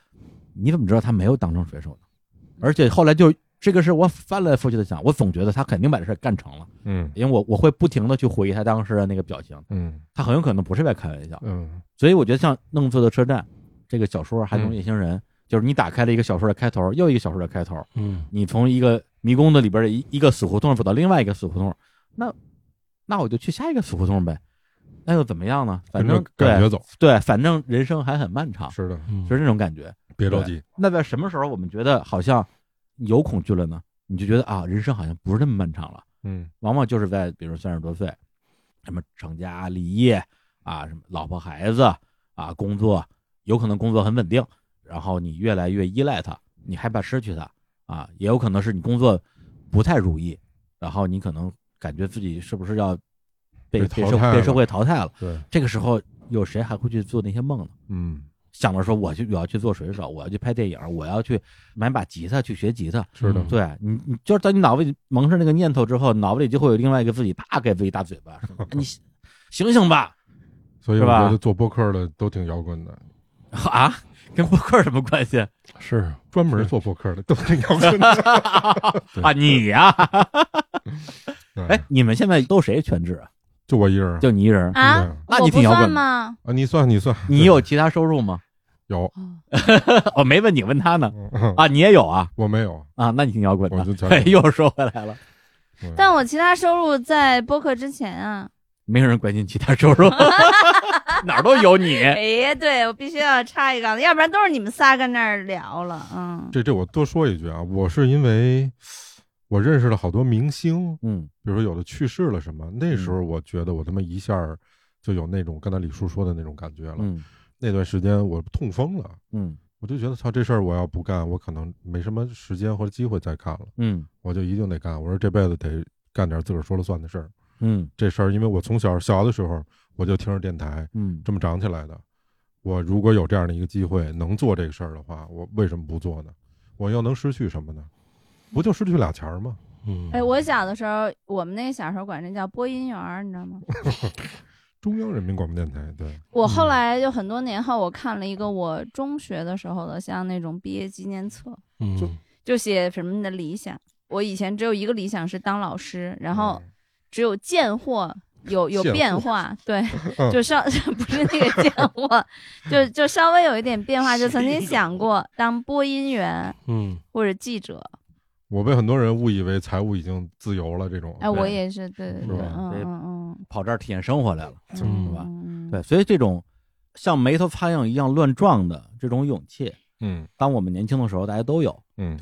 A: 你怎么知道他没有当成水手呢？而且后来就这个事我翻来覆去的想，我总觉得他肯定把这事儿干成了，
B: 嗯
A: 因为我我会不停的去回忆他当时的那个表情，
B: 嗯
A: 他很有可能不是在开玩笑。
B: 嗯
A: 所以我觉得像《弄错的车站》这个小说《孩童夜行人》就是你打开了一个小说的开头，又一个小说的开头，
C: 嗯，
A: 你从一个迷宫的里边的一一个死胡同走到另外一个死胡同，那那我就去下一个死胡同呗，那又怎么样呢？反正
B: 跟着感觉走，
A: 对对，反正人生还很漫长，
B: 是的，
C: 嗯
A: 就是那种感觉。
B: 别着急，
A: 那在什么时候我们觉得好像有恐惧了呢？你就觉得啊，人生好像不是那么漫长了。
B: 嗯
A: 往往就是在比如三十多岁，什么成家立业啊，什么老婆孩子啊，工作有可能工作很稳定，然后你越来越依赖他，你害怕失去他啊，也有可能是你工作不太如意，然后你可能感觉自己是不是要被
B: 被
A: 被
B: 淘
A: 社
B: 汰
A: 被
B: 了
A: 社会淘汰了？
B: 对，
A: 这个时候有谁还会去做那些梦呢？
B: 嗯
A: 想着说我去我要去做水手，我要去拍电影，我要去买把吉他去学吉他。
B: 是的
C: 嗯
A: 对你，你就是在你脑子里萌生那个念头之后，脑子里就会有另外一个自己，啪给自己一大嘴巴， 说哎你醒醒吧
B: 所以
A: 是
B: 我
A: 吧
B: 觉得做播客的都挺摇滚的，
A: 啊，跟播客什么关系
C: 是
B: 专门做播客的都挺摇滚的。
A: 啊？你呀、
B: 嗯对
A: 哎，，你们现在都谁全职啊？
B: 就我一人儿
A: 就你一
B: 嗯
A: 人？
D: 啊，
B: 对
A: 那
D: 我
A: 你
D: 不
A: 挺摇
D: 算
A: 滚的。
D: 吗？
B: 啊，你算你算，
A: 你有其他收入吗？
B: 有，
A: 我没问你，问他呢。
B: 嗯
A: 啊，你也有啊？
B: 我没有，
A: 啊，那你挺摇滚
B: 我
A: 的。
B: 就全
A: 哎，又说回来了，
B: 嗯
D: 但我其他收入在播客之前啊，
A: 没有人关心其他收 入， 哪儿都有你。
D: 哎，对我必须要插一杠，要不然都是你们仨跟那儿聊了，嗯，
B: 这这我多说一句啊，我是因为我认识了好多明星，
A: 嗯
B: 比如说有的去世了什么，那时候我觉得我他妈一下儿就有那种刚才李叔说的那种感觉了。
A: 嗯
B: 那段时间我痛风了，
A: 嗯
B: 我就觉得操这事儿我要不干，我可能没什么时间或者机会再干了，
A: 嗯
B: 我就一定得干。我说这辈子得干点自个儿说了算的事儿。
A: 嗯
B: 这事儿，因为我从小小的时候我就听着电台
A: 嗯
B: 这么长起来的。我如果有这样的一个机会能做这个事儿的话，我为什么不做呢？我又能失去什么呢？不就失去俩钱儿吗？
C: 嗯，
D: 哎，我小的时候，我们那个小时候管这叫播音员儿，你知道吗？
A: 嗯
B: 中央人民广播电台，对，
D: 我后来就很多年后，我看了一个我中学的时候的，像那种毕业纪念册，
C: 嗯
B: 就
D: 就写什么你的理想。我以前只有一个理想是当老师，然后
B: 嗯
D: 只有贱货有有
B: 贱货
D: 变化，对
B: 嗯，
D: 就稍不是那个贱货，就就稍微有一点变化，就曾经想过当播音员
C: 嗯
D: 或者记者。
B: 我被很多人误以为财务已经自由了这种。
D: 哎，我也是，对对
B: 是
D: 对，
B: 吧
D: 嗯
A: 所以
D: 嗯嗯，
A: 跑这儿体验生活来了。
C: 嗯
A: 是吧
D: 嗯？
A: 对，所以这种像没头苍蝇一样乱撞的这种勇气，
B: 嗯
A: 当我们年轻的时候大家都有，
B: 嗯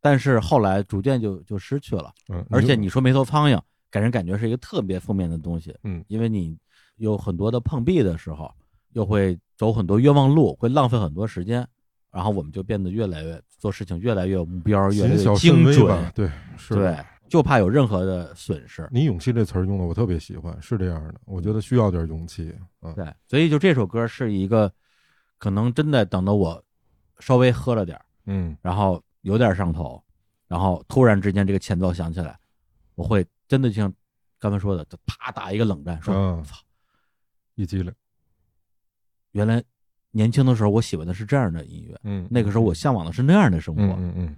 A: 但是后来逐渐就就失去了。
B: 嗯，
A: 而且你说没头苍蝇，给人感觉是一个特别负面的东西，
B: 嗯
A: 因为你有很多的碰壁的时候，又会走很多冤枉路，会浪费很多时间，然后我们就变得越来越做事情越来越有目标，越来
B: 谨
A: 越
B: 小
A: 精
B: 慎微吧嗯
A: 准，，
B: 对，是的
A: 对，就怕有任何的损失。
B: 你勇气这词儿用的我特别喜欢，是这样的，我觉得需要点勇气。嗯，
A: 对，所以就这首歌是一个，可能真的等到我稍微喝了点儿。
B: 嗯
A: 然后有点上头，然后突然之间这个前奏响起来，我会真的就像刚才说的，就啪打一个冷战，说
B: 嗯，一激灵，
A: 原来年轻的时候我喜欢的是这样的音乐，
B: 嗯，
A: 那个时候我向往的是那样的生活，
B: 嗯嗯嗯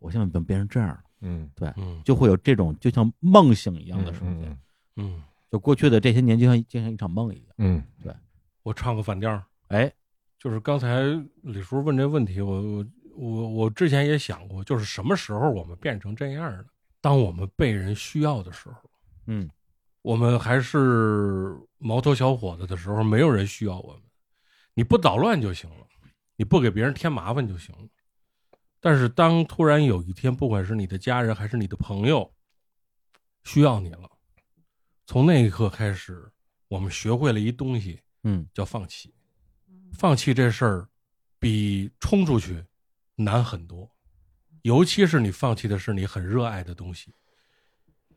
A: 我现在怎么变成这样了？
B: 嗯
C: 嗯
A: 就会有这种就像梦醒一样的瞬间，
B: 嗯
C: 嗯，
A: 就过去的这些年就像就像一场梦一样。
B: 嗯
C: 我唱个反调儿，
A: 哎，
C: 就是刚才李叔问这问题，我我我我之前也想过，就是什么时候我们变成这样的？当我们被人需要的时候，
A: 嗯
C: 我们还是毛头小伙子的时候，没有人需要我们，你不捣乱就行了，你不给别人添麻烦就行了。但是当突然有一天，不管是你的家人还是你的朋友，需要你了，从那一刻开始，我们学会了一东西，
A: 嗯
C: 叫放弃。放弃这事儿比冲出去难很多，尤其是你放弃的是你很热爱的东西。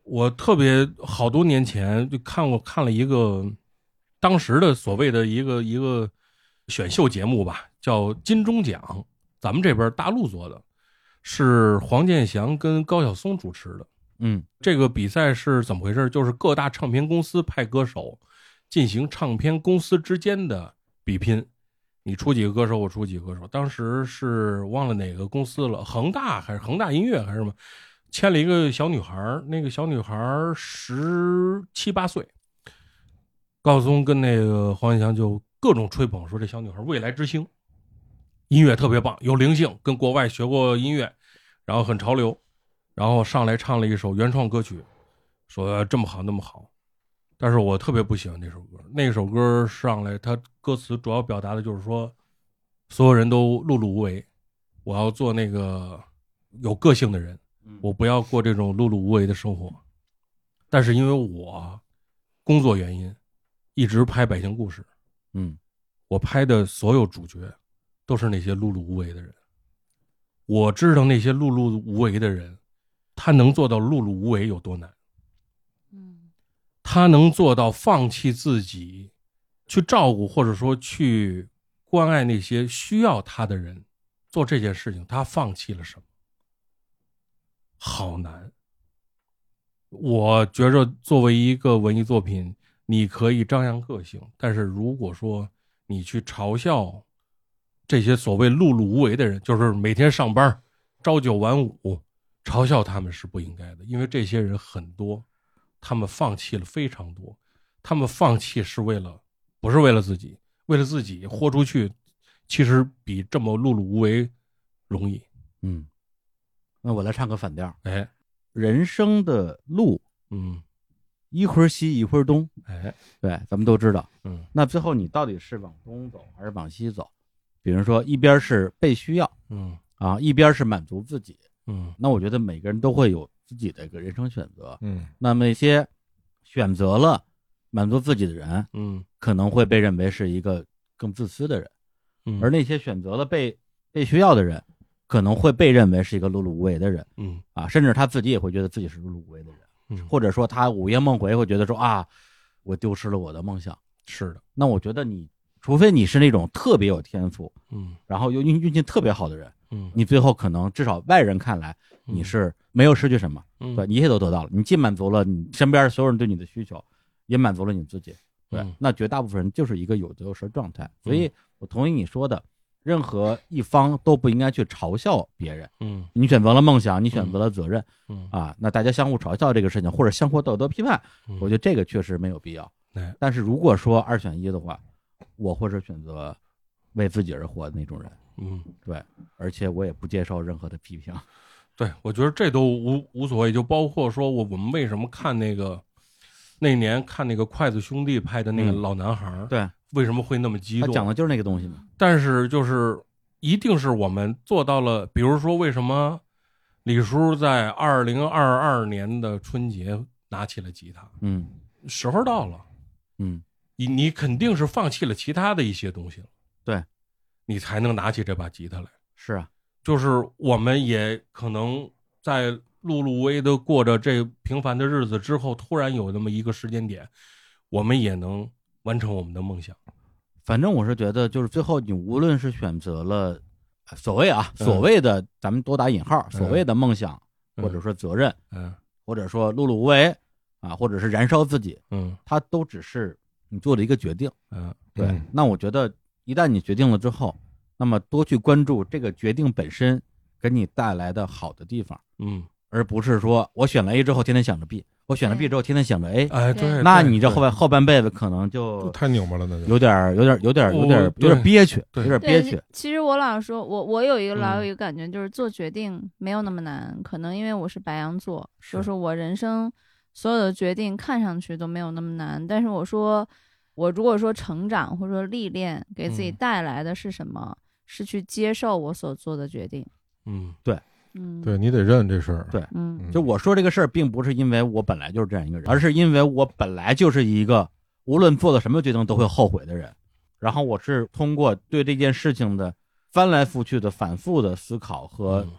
C: 我特别好多年前就看过看了一个当时的所谓的一个一个选秀节目吧，叫金钟奖，咱们这边大陆做的，是黄健翔跟高晓松主持的。
A: 嗯
C: 这个比赛是怎么回事？就是各大唱片公司派歌手进行唱片公司之间的比拼，你出几个歌手，我出几个歌手。当时是忘了哪个公司了，恒大还是恒大音乐还是什么，签了一个小女孩儿，那个小女孩十七八岁。高晓松跟那个黄健翔就各种吹捧，说这小女孩未来之星，音乐特别棒，有灵性，跟国外学过音乐，然后很潮流。然后上来唱了一首原创歌曲，说这么好那么好，但是我特别不喜欢那首歌。那首歌上来，它歌词主要表达的就是说，所有人都碌碌无为，我要做那个有个性的人，我不要过这种碌碌无为的生活。但是因为我工作原因，一直拍《百姓故事》，
A: 嗯
C: 我拍的所有主角都是那些碌碌无为的人。我知道那些碌碌无为的人，他能做到碌碌无为有多难，
D: 嗯
C: 他能做到放弃自己，去照顾或者说去关爱那些需要他的人，做这件事情，他放弃了什么？好难。我觉着作为一个文艺作品，你可以张扬个性，但是如果说你去嘲笑这些所谓碌碌无为的人，就是每天上班朝九晚五，嘲笑他们是不应该的，因为这些人很多，他们放弃了非常多，他们放弃是为了不是为了自己，为了自己豁出去，其实比这么碌碌无为容易。
A: 嗯。那我来唱个反调儿，
C: 哎，
A: 人生的路
C: 嗯，
A: 一会儿西一会儿东，
C: 哎，
A: 对，咱们都知道。
C: 嗯
A: 那最后你到底是往东走还是往西走？比如说，一边是被需要
C: 嗯
A: 啊，一边是满足自己。
C: 嗯
A: 那我觉得每个人都会有自己的一个人生选择。
B: 嗯
A: 那么一些选择了满足自己的人，
C: 嗯
A: 可能会被认为是一个更自私的人；
C: 嗯，
A: 而那些选择了被被需要的人，可能会被认为是一个碌碌无为的人
C: 嗯
A: 啊，甚至他自己也会觉得自己是碌碌无为的人，
C: 嗯，
A: 或者说他午夜梦回会觉得说啊，我丢失了我的梦想。
C: 是的，
A: 那我觉得你，除非你是那种特别有天赋，
C: 嗯
A: 然后又运运气特别好的人，
C: 嗯，
A: 你最后可能至少外人看来你是没有失去什么，
C: 嗯
A: 对，你一切都得到了，你既满足了你身边所有人对你的需求，也满足了你自己，对，
C: 嗯
A: 那绝大部分人就是一个有得有失状态，所以我同意你说的，任何一方都不应该去嘲笑别人。
C: 嗯
A: 你选择了梦想，你选择了责任、
C: 嗯
A: 啊，那大家相互嘲笑这个事情，或者相互道德批判，
C: 嗯
A: 我觉得这个确实没有必要。
C: 哎
A: 但是如果说二选一的话，我会是选择为自己而活的那种人，
C: 嗯。
A: 对，而且我也不接受任何的批评。
C: 对，我觉得这都无无所谓，就包括说我我们为什么看那个那年看那个筷子兄弟拍的那个
A: 嗯
C: 老男孩 儿，
A: 对
C: 为什么会那么激
A: 他
C: 动？
A: 讲的就是那个东西嘛。
C: 但是就是一定是我们做到了，比如说为什么李叔在二零二二年的春节拿起了吉他，
A: 嗯
C: 时候到了，
A: 嗯，
C: 你你肯定是放弃了其他的一些东西了，
A: 对，
C: 你才能拿起这把吉他来。
A: 是啊，
C: 就是我们也可能在碌碌无为的过着这平凡的日子之后，突然有那么一个时间点，我们也能完成我们的梦想。
A: 反正我是觉得，就是最后你无论是选择了呃所谓啊所谓的，咱们多打引号，所谓的梦想
C: 嗯
A: 或者说责任，
C: 嗯
A: 或者说碌碌无为啊，或者是燃烧自己，
C: 嗯
A: 它都只是你做的一个决定。
C: 嗯
A: 对，
B: 嗯
A: 那我觉得一旦你决定了之后，那么多去关注这个决定本身给你带来的好的地方，
C: 嗯，
A: 而不是说我选了 A 之后天天想着 B，我选了 B 之后天天想着 A，
C: 哎，
D: 对
C: 对，
A: 那
C: 对
A: 你这后
C: 对
A: 半后半辈子可能就
B: 太拧巴了，那就
A: 有点儿有点儿有点儿有点儿有点
C: 我
A: 儿
C: 哦对
A: 憋屈，有
C: 对
A: 点儿憋
D: 对，
A: 屈
D: 其。其实我老实说，我我有一个老有
C: 嗯
D: 一个感觉，就是做决定没有那么难，可能因为我是白羊座，
C: 是
D: 就是我人生所有的决定看上去都没有那么难。但是我说，我如果说成长或者说历练给自己
C: 嗯
D: 带来的是什么，是去接受我所做的决定。
C: 嗯
D: 嗯，
B: 对，你得认这事儿。
A: 对
D: 嗯，
B: 嗯
A: 就我说这个事儿，并不是因为我本来就是这样一个人，而是因为我本来就是一个无论做了什么决定都会后悔的人。然后我是通过对这件事情的翻来覆去的、反复的思考和
C: 嗯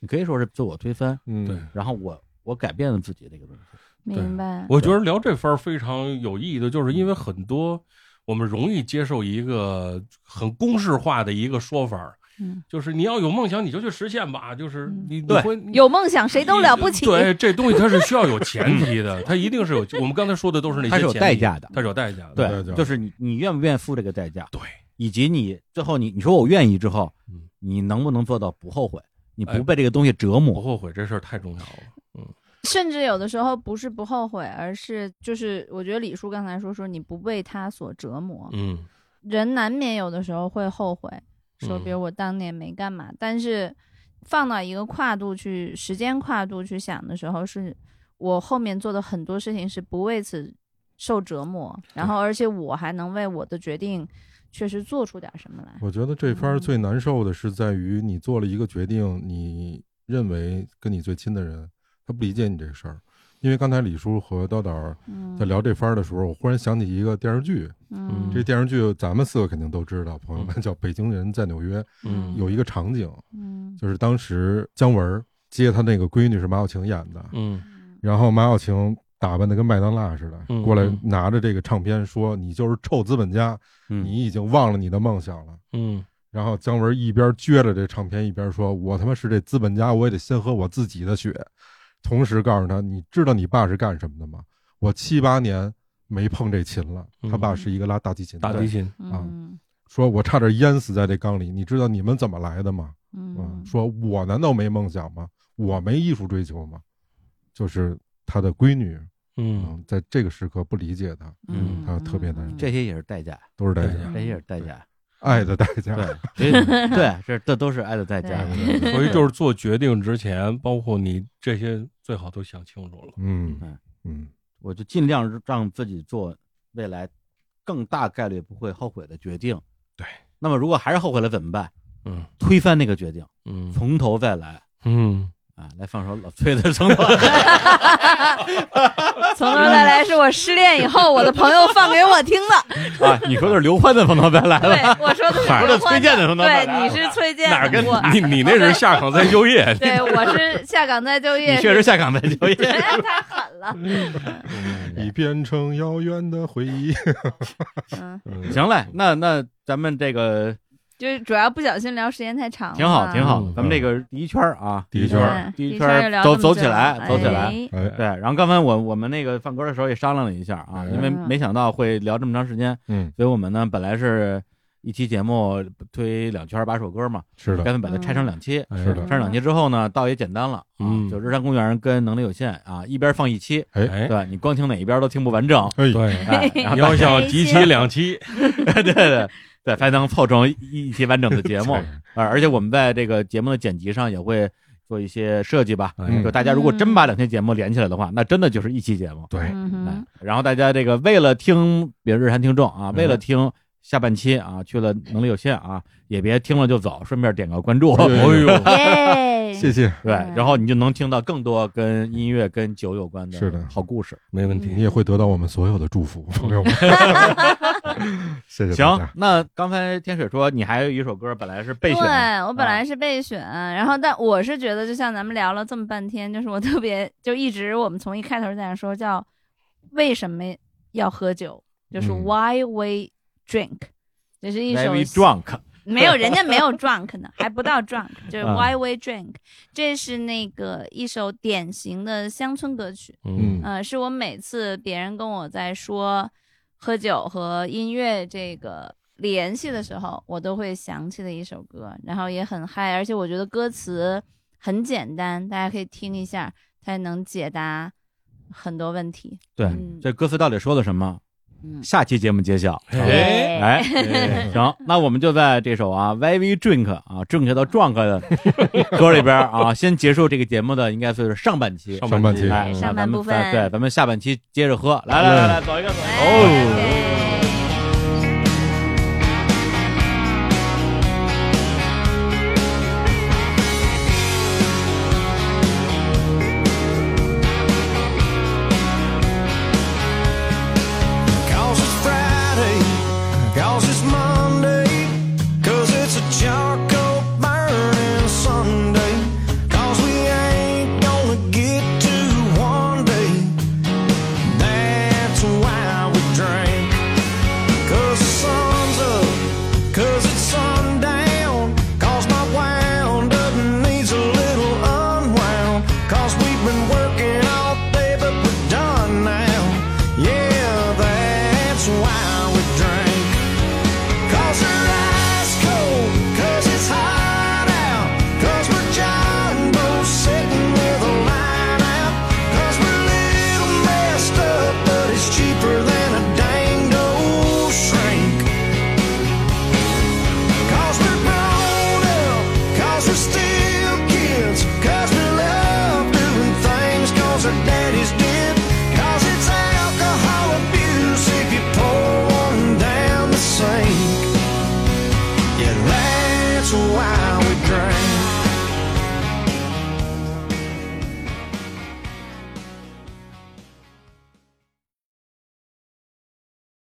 A: 你可以说是自我推翻，
B: 嗯，
C: 对，
A: 然后我我改变了自己这个东西。
D: 明白。
C: 我觉得聊这番儿非常有意义的，就是因为很多我们容易接受一个很公式化的一个说法儿，
D: 嗯
C: 就是你要有梦想你就去实现吧，就是你你
A: 对
C: 会
D: 有梦想谁都了不起，
C: 对，这东西它是需要有前 提的，它一定是有。我们刚才说的都是那些
A: 它是有
C: 前提
A: 代价的
C: 它是有代价的。
B: 对对
A: 就是你你愿不愿意付这个代价，
C: 对，
A: 以及你最后你你说我愿意之后
C: 嗯，
A: 你能不能做到不后悔，你
C: 哎
A: 不被这个东西折
C: 不
A: 磨？
C: 后悔这事儿太重要了。
D: 甚至有的时候不是不后悔，而是就是我觉得李叔刚才说说你不为他所折磨，
C: 嗯，
D: 人难免有的时候会后悔，说
C: 嗯
D: 比如我当年没干嘛，但是放到一个跨度去时间跨度去想的时候是，我后面做的很多事情是不为此受折磨，然后而且我还能为我的决定确实做出点什么来。
B: 我觉得这番儿
D: 嗯
B: 最难受的是在于你做了一个决定，你认为跟你最亲的人他不理解你这事儿，因为刚才李叔和道道儿
D: 嗯
B: 在聊这番儿的时候，我忽然想起一个电视剧，
D: 嗯
B: 这电视剧咱们四个肯定都知道，朋友们叫《北京人在纽约》，
D: 嗯
B: 有一个场景
D: 嗯
B: 就是当时姜文儿接他那个闺女是马小晴演的，
C: 嗯
B: 然后马小晴打扮的跟麦当娜似的
C: 嗯
B: 过来
C: 嗯
B: 拿着这个唱片说：“你就是臭资本家，
A: 嗯
B: 你已经忘了你的梦想了。”
C: 嗯
B: 然后姜文一边撅着这唱片，一边说：“我他妈是这资本家，我也得先喝我自己的血。”同时告诉他：“你知道你爸是干什么的吗？我七八年没碰这琴了，
C: 嗯
B: 他爸是一个拉大提琴的。
C: 大提琴，
D: 嗯
B: 说我差点淹死在这缸里。你知道你们怎么来的吗？啊
D: 嗯
B: 说我难道没梦想吗？我没艺术追求吗？就是他的闺女，
C: 嗯
B: 嗯，在这个时刻不理解他，
A: 嗯
B: 他特别难受
A: 这些也是代价，
B: 都是代
C: 对
B: 价，
A: 这些也是代价，
B: 爱的代价。
A: 对，这些对，这这都是爱的代价。
D: 对
C: 所以就是做决定之前，包括你这些最好都想清楚了。
B: 嗯
A: 嗯
B: 嗯，
A: 我就尽量让自己做未来更大概率不会后悔的决定。
C: 对，
A: 那么如果还是后悔了怎么办？
C: 嗯
A: 推翻那个决定，
C: 嗯
A: 从头再来
C: 嗯，
A: 啊！来放首老崔的《从头》。
D: 从头再来是我失恋以后我的朋友放给我听 的，
A: 啊，你说的是刘欢的《冯唐白来
D: 对
A: 了》，
D: 我说的
A: 哪儿
D: 刘
A: 的崔
D: 欢
A: 健的冯唐白
D: 对，
A: 来啊
D: 你
A: 了
D: 是崔健，
C: 哪儿跟
D: 我
C: 你你那是下岗再就 业？
D: 对，我是下岗再就业，哎
A: 你确 实嗯下岗再就业。
D: 太 狠了。
B: 已变成遥远的回忆。
D: 嗯，
A: 行嘞，那那咱们这个
D: 就是主要不小心聊时间太长了，啊
A: 挺好，挺好
C: 嗯。
A: 咱们这个第一圈儿啊，
B: 第一圈儿
A: 第
D: 对。
A: 一
D: 嗯一
A: 圈
D: 又
A: 儿
D: 聊
A: 走
D: 这么
A: 走
D: 久
A: 起来
D: 了，
A: 走起来。
D: 哎
B: 哎，
A: 对，然后刚才我我们那个放歌的时候也商量了一下啊，
B: 哎
A: 因为
D: 嗯
A: 没想到会聊这么长时间，
B: 嗯，
A: 所以我们呢本来是一期节目推两圈儿八首歌嘛，
B: 是
A: 干
B: 的，
A: 脆把它拆成
D: 嗯
A: 两期。
B: 哎
C: 是
A: 拆
C: 的，
A: 成两期之后呢，倒也简单了啊
C: 嗯，
A: 就日山公园跟能力有限啊，一边放一期，
B: 哎
C: 哎，
A: 对你光听哪一边都听不完 整。
B: 哎，
C: 对，
A: 哎，然后
C: 你 要想集齐两期，
A: 对对 对对，才能凑成一一期完整的节目。呃，而且我们在这个节目的剪辑上也会做一些设计吧。
C: 哎
B: 嗯
A: 就大家如果真把两期节目连起来的话，那真的就是一期节目。
B: 对，
D: 嗯
A: 哎
D: 哼，
A: 然后大家这个为了听，比如日韩听众啊，
B: 嗯
A: 为了听下半期啊，去了能力有限啊，也别听了就走，顺便点个关注。
B: 哎呦
C: 呦，
D: 耶，
B: 谢谢，
A: 对，然后你就能听到更多跟音乐、跟酒有关
B: 是的
A: 好故事。
C: 没问题
B: 你。也会得到我们所有的祝福，朋 友们。谢谢大
A: 行
B: 家，，
A: 那刚才天水说你还有一首歌本来是备
D: 对
A: 选啊的，
D: 我本来是备选，然后但我是觉得，就像咱们聊了这么半天，就是我特别就一直我们从一开头在那说叫为什么要喝酒，就是
B: 嗯
D: Why we drink，这是一首
A: Very Drunk，
D: 没有，人家没有 drunk 呢，还不到 drunk，就是
A: 啊
D: Why We Drink，、这是那个一首典型的乡村歌曲。
B: 嗯，
D: 呃，是我每次别人跟我在说喝酒和音乐这个联系的时候，我都会想起的一首歌，然后也很嗨，而且我觉得歌词很简单，大家可以听一下，它能解答很多问题。
A: 对
D: 嗯，
A: 这歌词到底说了什么？
D: 嗯
A: 下期节目揭晓。
C: 哎，
A: 哎， 行，那我们就在这首啊 y v Drink 啊 Drink 到 Drunk 的歌里边啊，先结束这个节目的应该是上半期。
B: 上半期嗯
A: 哎，
D: 上
A: 那咱
D: 半
A: 们
D: 部分
A: 再对，咱们下半期接着喝。来来来来，走一个走一个。
D: 哎哦。
E: Cause it's Friday, cause it's Monday, cause it's a charcoal burning Sunday, cause eyes are still